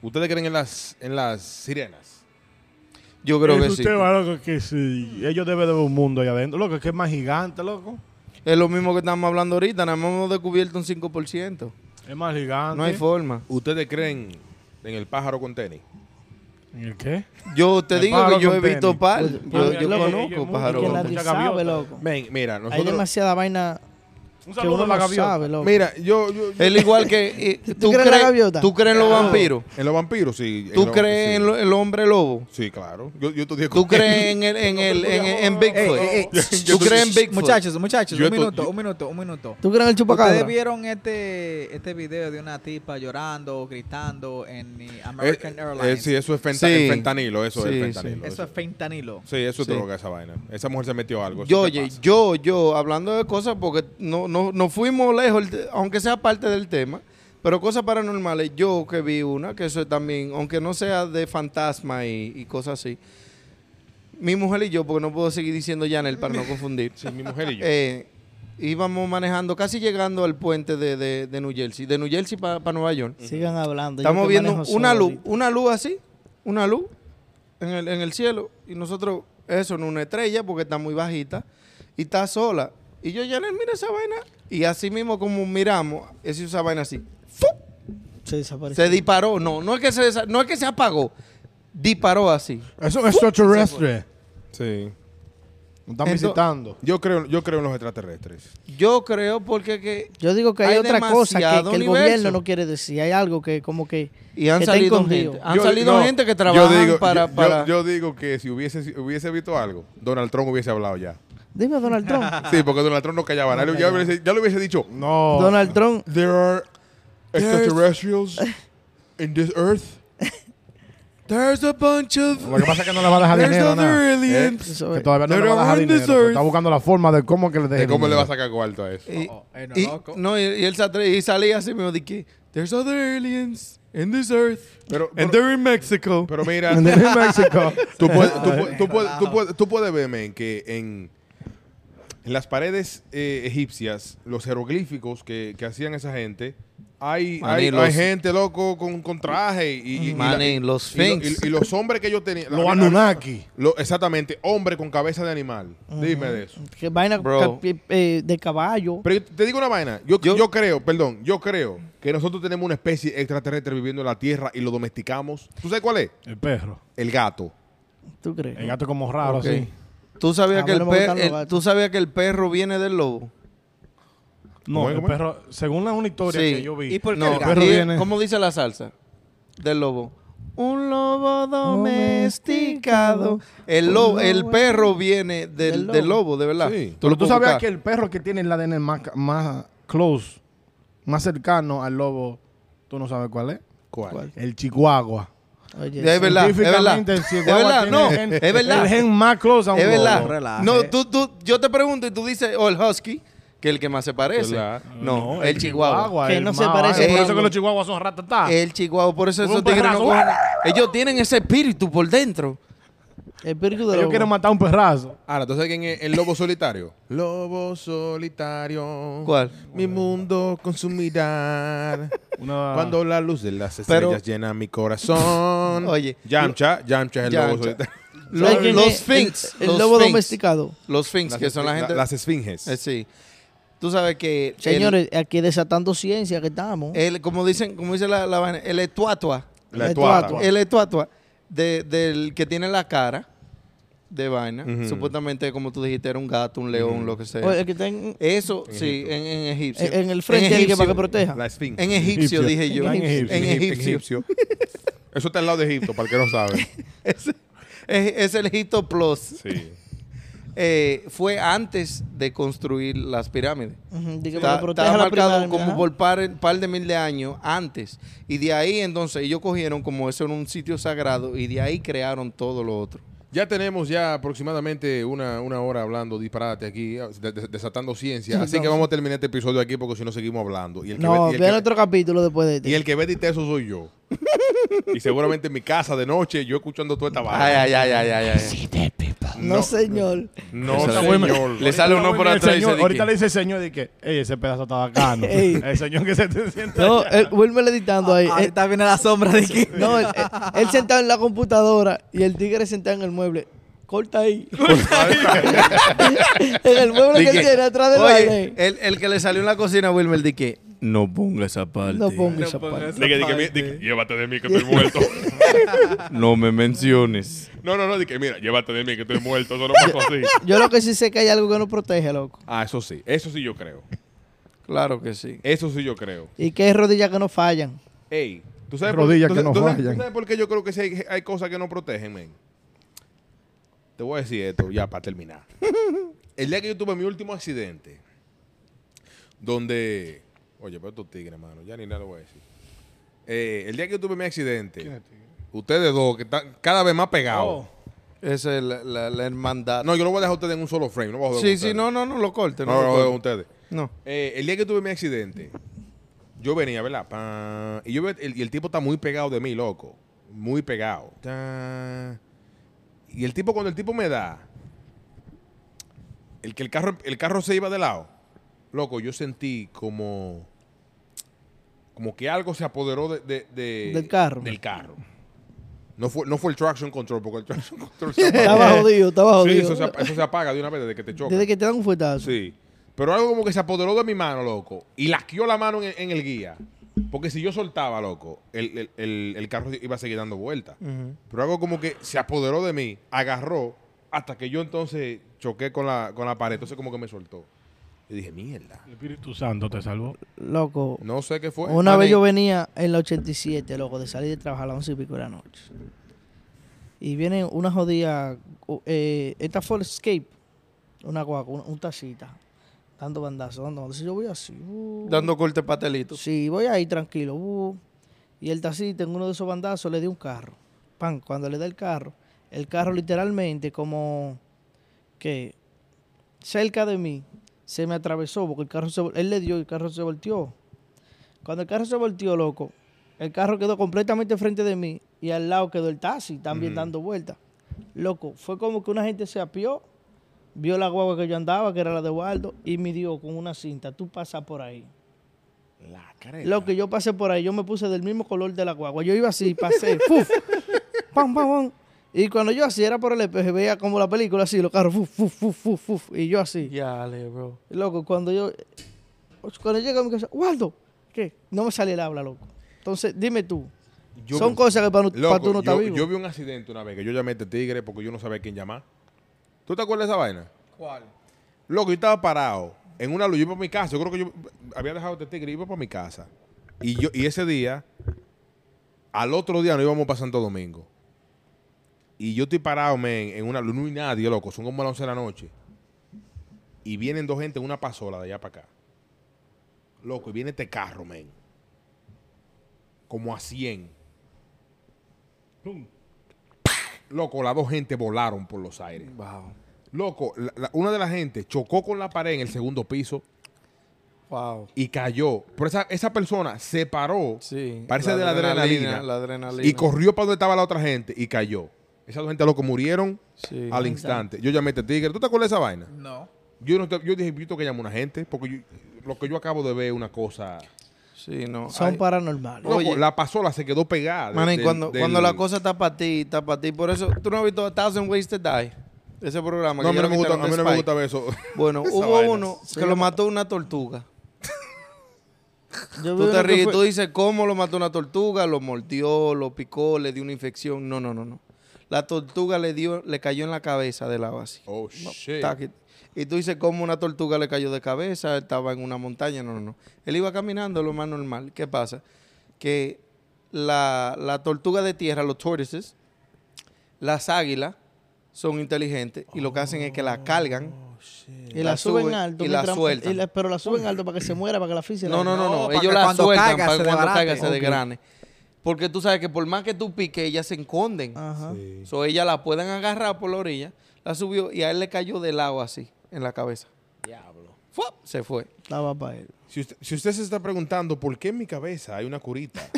¿Ustedes creen en las, en las sirenas?
Yo creo
Es
que sí.
usted, va, loco, que sí. Ellos deben de ver un mundo allá adentro. Loco, que es más gigante, loco.
Es lo mismo que estamos hablando ahorita. Nada más hemos descubierto un 5%.
Es más gigante.
No hay forma.
¿Ustedes creen en el pájaro con tenis?
¿En el qué?
Yo te
El
digo
pájaro
que yo
con
he visto
tenis.
par.
Pues,
Yo,
pues,
yo
loco, ellos
conozco
mucho
pájaro
Que
con
nadie
mucha
sabe,
gaviota.
loco.
Men, mira,
Hay
nosotros...
demasiada vaina
Un
que
saludo
uno
a la
no
gaviota.
sabe, loco.
Mira, yo... yo, yo-
Es igual que... eh,
crees
¿Tú
en la
crees
gaviota?
tú crees en los vampiros?
en los vampiros, sí. en
¿Tú
los-
crees
sí.
en lo- el hombre lobo?
Sí, claro. Yo, yo estudié
¿Tú
con-
crees en, el, en, el, en, en- en Bigfoot?
Ey, ey,
¿Tú crees en Bigfoot?
Muchachos, muchachos,
Yo
un
esto-
minuto,
yo-
un minuto, un minuto.
¿Tú crees en el
Ustedes
chupacabra?
vieron este, este video de una tipa llorando, gritando en eh,
Eh,
American
eh,
Airlines.
sí, eso es fenta-
Sí.
el fentanilo, eso es
Sí,
el fentanilo.
eso es fentanilo.
Sí, eso es
Sí.
droga esa vaina. Esa mujer se metió algo. eso
Yo,
te
oye,
pasa.
yo, yo, hablando de cosas, porque no, no, no fuimos lejos, el te- aunque sea parte del tema, pero cosas paranormales, yo que vi una, que eso es también, aunque no sea de fantasma y, y cosas así, mi mujer y yo, porque no puedo seguir diciendo Janel para no confundir,
Sí, mi mujer y yo.
eh, íbamos manejando, casi llegando al puente de, de- de New Jersey, de New Jersey para Nueva York.
Sigan hablando. yo
Estamos
que
viendo
manejo
una
solo
luz,
ahorita.
una luz así, una luz en el, en el cielo. Y nosotros, eso en una estrella porque está muy bajita y está sola. Y yo, Janel, mira esa vaina. Y así mismo, como miramos, es esa vaina así. ¡Fu!
Se desapareció.
Se disparó. No, no es que se, desa- no es que se apagó. Disparó así.
Es un extraterrestre.
Sí.
Nos están
Ento-
visitando.
Yo creo, yo creo en los extraterrestres.
Yo creo porque que.
Yo digo que hay,
Hay
otra cosa que,
demasiado
que el
universo.
gobierno no quiere decir. Hay algo que como que...
Y han
que está
salido
escondido.
gente. Han
Yo-
salido
no,
gente que trabajan
yo digo,
para.
yo-
para-
Yo, digo que si hubiese, hubiese visto algo, Donald Trump hubiese hablado ya.
Dime, Donald Trump.
Ah.
Sí, porque Donald Trump no callaba. Ya le hubiese, ya le hubiese dicho,
No.
Donald Trump.
There are
There's-
extraterrestrials in this earth.
There's a bunch of.
Lo que pasa es que no le va a dejar
There's
dinero. nada.
other aliens.
eso
Que
es.
todavía no
They
le va a
don't
dejar
want this
dinero. pero
earth.
Está buscando la forma de cómo que le deje
¿De cómo le
dinero.
va a sacar cuarto a eso?
Y,
Oh, oh, eh, no,
y-
loco.
no, y- y él se atre- y salía así mismo de que There's other aliens in this earth
Pero, pero,
and they're in Mexico.
pero mira,
And they're in Mexico.
tú puedes, tú, puedes- tú puedes- tú puedes- tú puedes ver, men, que en, en las paredes eh, egipcias, los jeroglíficos que, que hacían esa gente Hay,
Maní,
hay,
los-
hay gente, loco, con, con traje y, y- y la-
Maní, los
y lo- y-
Sphinx.
y los hombres que yo tenía.
Los Anunnaki.
Lo- exactamente, hombre con cabeza de animal. Dime de eso.
Que vaina
Bro.
ca- eh, de caballo.
Pero yo te digo una vaina. Yo,
Yo-
yo, creo, perdón, yo creo que nosotros tenemos una especie extraterrestre viviendo en la Tierra y lo domesticamos. ¿Tú sabes cuál es?
El perro.
El gato.
¿Tú crees?
El gato como raro,
Ok.
así.
¿Tú sabías,
A
que
mí
el
no me
per-
gustan los
el-
gatos.
¿Tú sabías que el perro viene del lobo?
No,
¿Cómo es,
el
cómo es?
perro, según la, una historia
Sí.
que yo vi.
¿Y por qué
No,
el gato?
perro
di-
viene-
¿cómo dice la salsa? Del lobo. Un lobo domesticado. El,
Un
lobo, el
lobo-
perro viene
del
del, del
lobo.
lobo, de verdad.
Sí.
lo
Pero tú
puedes
sabías
buscar.
que el perro que tiene el ADN más, ca- más close, más cercano al lobo, tú no sabes cuál es.
¿Cuál?
El chihuahua.
Oye,
Es verdad, es verdad.
Científicamente, el
Es
chihuahua
verdad,
tiene
no,
el gen-
es verdad.
El gen más close a un
Es
lobo.
verdad.
Relaje.
No, tú, tú, yo te pregunto y tú dices, o el husky, que es el que más se parece.
¿Verdad?
No, el chihuahua. Eh,
Que
el
no se
más
parece
vago. Por
tanto.
eso que los chihuahuas son ratatá.
El chihuahua, Ah. por eso
Un
esos tigres no
perrazo.
cogen- Ellos tienen ese espíritu por dentro.
El espíritu de
Ellos
lobo.
quieren matar a un perrazo.
Ahora, ¿tú sabes quién es el lobo solitario? Lobo solitario.
¿Cuál?
Mi mundo con su mirar.
Una-
Cuando la luz de las
Ah. Pero-
estrellas llena mi corazón.
Oye,
Yamcha, Yamcha es el
Yamcha.
lobo solitario.
Los,
¿Sabes quién
los
es? El-
Sphinx.
El,
los
lobo
Sphinx.
domesticado.
Los Sphinx, que son la
esfi-
gente.
las esfinges.
eh, sí. Tú sabes que. el- Este.
Señores, aquí desatando ciencia que estamos.
el- como dicen, como dice la, la vaina, el estuatua.
la
el
estuata.
tuatua.
El estuatua de- del que tiene la cara de vaina.
Ujú.
Supuestamente, como tú dijiste, era un gato, un león, lo que sea.
Oye, el que está en,
Eso, sí, en, en egipcio.
Pues, en- en el frente ahí que para que proteja.
La esfinge.
En
Egipcio.
egipcio, dije yo.
En egipcio.
En
Egip- egipcio.
egipcio.
Eso está al lado de Egipto, para el que no sabe.
Es, es el Egipto Plus.
Sí.
Eh, fue antes de construir las pirámides.
Ujú, de que para que
Está, está
proteja la
marcado
pirámide,
como
ajá.
por par, par de mil de años antes. Y de ahí entonces ellos cogieron como eso en un sitio sagrado y de ahí crearon todo lo otro.
Ya tenemos ya aproximadamente una, una hora hablando disparate aquí, de- de- desatando ciencia. Así que vamos a terminar este episodio aquí porque si no seguimos hablando. Y el que
No,
ve- y el
vean
que-
otro capítulo después de este.
Y el que ve diteso soy yo. y seguramente en mi casa de noche, yo escuchando toda esta vaina.
Ay, ay, ay, ay, ay, ay.
no, señor.
No,
Eso es.
señor.
Le sale uno por
El
atrás y
señor-
dice,
ahorita
¿de
le dice el señor de que, ey, ese pedazo está bacano.
Ey.
el señor que se te sienta.
No, el, Wilmer editando
Ah,
ahí. Él-
Ahorita viene la sombra de que...
eh, no, eh. él, él- él sentado en la computadora y el tigre sentado en el mueble. Corta ahí. en el mueble que
qué?
él tiene atrás del
Oye,
baile.
eh,
el, el que le salió en la cocina a Wilmer de que no ponga esa parte.
No ponga esa
ponga
parte.
esa
Dije, dije,
parte.
mi- dije, llévate de mí que estoy muerto.
No me menciones.
No, no, no, dije, mira, llévate de mí que estoy muerto. Eso no pasó así.
Yo lo que sí sé que hay algo que nos protege, loco.
Ah, eso sí. Eso sí yo creo.
Claro que sí.
Eso sí yo creo.
Y que hay rodillas que no fallan.
Ey, ¿tú sabes,
Rodillas
por,
que
tú,
no
tú sabes-
fallan.
tú sabes por qué yo creo que sí hay, hay cosas que no protegen, men? Te voy a decir esto ya para terminar. El día que yo tuve mi último accidente, donde... Oye, pero estos tigres, hermano, ya ni nada lo voy a decir. Eh, el día que yo tuve mi accidente, ustedes dos, que están cada vez más pegados.
Oh. Esa es la, la- la hermandad.
No, yo lo voy a dejar a ustedes en un solo frame. No voy a joder con
sí, sí,
ustedes.
no, no, no lo corte.
No, no,
No, lo
no, con
corte.
ustedes.
No.
Eh, el día que tuve mi accidente, yo venía, ¿verdad? Pa, y yo ve- el, y el tipo está muy pegado de mí, loco. Muy pegado. Ta. y el tipo, cuando el tipo me da, el que el carro, el carro se iba de lado, loco, yo sentí como. Como que algo se apoderó de, de- de-
Del carro.
Del carro. No fue, no fue el traction control, porque el traction control se
Estaba
apaga.
jodido, estaba jodido.
Sí, eso se, ap- eso se apaga de una vez desde que te choca.
Desde que te dan un fuetazo.
Sí. Pero algo como que se apoderó de mi mano, loco. Y lasqueó la mano en, en el guía. Porque si yo soltaba, loco, el, el- el- el carro iba a seguir dando vueltas. Pero algo como que se apoderó de mí, agarró, hasta que yo entonces choqué con la, con la pared. Entonces como que me soltó. Y dije, mierda.
El Espíritu Santo te salvó.
Loco.
No sé qué fue.
Una
Maní,
vez yo venía en la 87, loco, de salir de trabajar a las 11 y pico de la noche. Y viene una jodida. u- eh, esta Ford Escape, una guagua, una- un tacita, dando bandazo, dando bandazo. Yo voy así. uh,
Dando corte patelitos.
Sí, voy ahí tranquilo. uh. y el tacita en uno de esos bandazos le dio un carro. Pan, cuando le da el carro, el carro literalmente como que cerca de mí se me atravesó porque el carro se, vol- él le dio y el carro se volteó. Cuando el carro se volteó, loco, el carro quedó completamente frente de mí y al lado quedó el taxi también
Ujú.
dando vueltas. Loco, fue como que una gente se apió, vio la guagua que yo andaba, que era la de Waldo, y midió con una cinta, tú pasas por ahí.
La creta.
Lo que yo pasé por ahí, yo me puse del mismo color de la guagua. Yo iba así, pasé, ¡fuf! ¡Pam, pam, pam! Y cuando yo así era por el espejo, y veía como la película así, los carros, ¡fuf, fuf, fuf, fuf, fuf! Y yo así.
Ya, le, bro.
Loco, cuando yo. Cuando llego a mi casa, Waldo, ¿qué? No me sale el habla, loco. Entonces, dime tú.
Yo-
Son cosas que para,
Loco,
tú no estás
yo,
vivo.
yo vi un accidente una vez que yo llamé a este tigre porque yo no sabía a quién llamar. ¿Tú te acuerdas de esa vaina?
¿Cuál?
Loco, yo estaba parado en una luz. Yo iba para mi casa. Yo creo que yo había dejado este tigre. Iba para mi casa. Y, yo, y ese día, al otro día, nos íbamos para Santo Domingo. Y yo estoy parado, men, en una luz. No hay nadie, loco. Son como las 11 de la noche. Y vienen dos gente en una pasola de allá para acá. Loco, y viene este carro, men. Como a 100. Loco, las dos gente volaron por los aires.
Wow.
Loco, la- la- una de la gente chocó con la pared en el segundo piso
Wow.
y cayó. Pero esa, esa persona se paró
Sí.
Parece de la adrenalina.
La adrenalina.
y corrió para donde estaba la otra gente y cayó. Esas dos gente loco murieron
Sí.
al instante. Yo llamé a este tigre. ¿Tú te acuerdas de esa vaina?
No.
Yo, no te- yo dije, yo tengo que llamar a una gente porque yo- lo que yo acabo de ver es una cosa.
Sí, no.
Son
Ay,
paranormales.
Loco,
Oye.
la pasola se quedó pegada. de-
Manín,
del-
cuando,
del-
cuando la cosa está para ti, está para ti. Por eso, tú no has visto A Thousand Ways to Die. Ese programa.
No, a
que
mí
ya
no
lo
me gusta,
quitaron
a mí
de
no me
Spike.
gusta ver eso.
Bueno,
esa
hubo
vaina.
uno que lo mató una tortuga.
Yo vi
Tú
uno
te
que
ríes,
fue-
tú dices cómo lo mató una tortuga, lo mordió, lo picó, le dio una infección. No, no, no, no. La tortuga le dio, le cayó en la cabeza de la base.
Oh, shit.
Tac. Y tú dices cómo una tortuga le cayó de cabeza, estaba en una montaña. No, no, no. Él iba caminando, lo más normal. ¿Qué pasa? Que la, la tortuga de tierra, los tortoises, las águilas son inteligentes y lo que hacen es que la cargan.
Y la, suben alto.
Y la
mientras-
sueltan.
y la- pero la suben alto para que se muera, para que la asfixien.
No, no, no,
No,
no.
para
Ellos
que
la
cuando
sueltan
caiga,
para
se
que cuando
desbarate.
caiga se
Ok.
desgrane. Porque tú sabes que por más que tú piques, ellas se esconden.
Ajá.
So, ellas la pueden agarrar por la orilla. La subió y a él le cayó de lado así, en la cabeza. Diablo. Se fue.
Estaba para él.
Si usted, si usted se está preguntando por qué en mi cabeza hay una curita,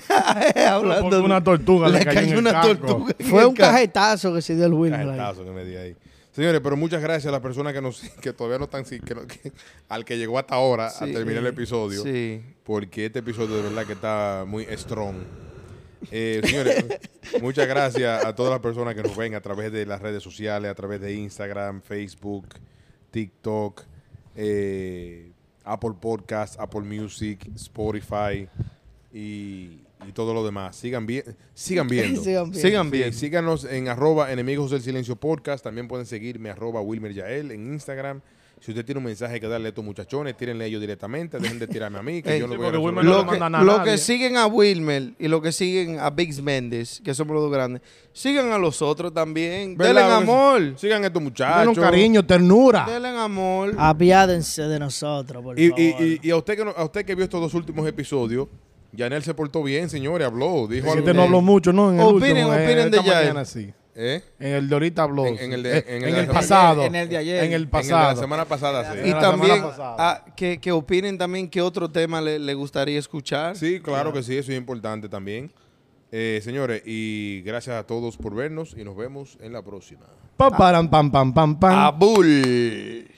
Porque una tortuga le, cayó, en el
una
casco.
tortuga. en
Fue
el
un
casco.
cajetazo que se dio el Wilmer. ahí.
Cajetazo que me di ahí. Señores, pero muchas gracias a las personas que, nos, que todavía no están, si- que no- que- al que llegó hasta ahora a
Sí.
terminar el episodio,
Sí.
porque este episodio de verdad que está muy strong. Eh, señores, muchas gracias a todas las personas que nos ven a través de las redes sociales, a través de Instagram, Facebook, TikTok, eh, Apple Podcast, Apple Music, Spotify y, y todo lo demás. Sigan, vi- sigan viendo.
Sigan bien.
Sigan
Sí,
bien.
síganos en arroba enemigos del silencio podcast. También pueden seguirme arroba Wilmer Yael en Instagram. Si usted tiene un mensaje que darle a estos muchachones, tírenle a ellos directamente. Dejen de tirarme a mí, que
Ey,
yo no
sí,
voy a
porque
resolver
Wilmer no
nada.
Lo
le
que,
mandan a
lo
nadie.
que siguen a Wilmer y lo que siguen a Biggs Méndez, que somos los dos grandes, sigan a los otros también. Denle
¿Verdad?
amor.
Sigan a estos muchachos.
Dale un cariño, ternura.
Denle amor.
Ah. Apiádense de nosotros, por
Y,
favor.
y- y- y a, usted que no- a usted que vio estos dos últimos episodios, Yanel se portó bien, señores. Habló, dijo
Este
algo.
no habló mucho, ¿no? En el
Opinen,
último, eh,
opinen de
esta
Yael.
mañana sí.
¿Eh?
En el de ahorita habló.
En-
sí.
en el de-
Eh,
en
en,
el
el,
de ayer,
pasado.
en el de ayer.
En el
En el de la
pasado.
semana pasada, sí.
Y
la
también
semana pasada.
ah, que, que opinen también qué otro tema le, le gustaría escuchar.
Sí, claro que sí, eso es importante también. Eh, señores, y gracias a todos por vernos y nos vemos en la próxima. Ah,
Pa, param, pam, pam, pam, pam.
Abul.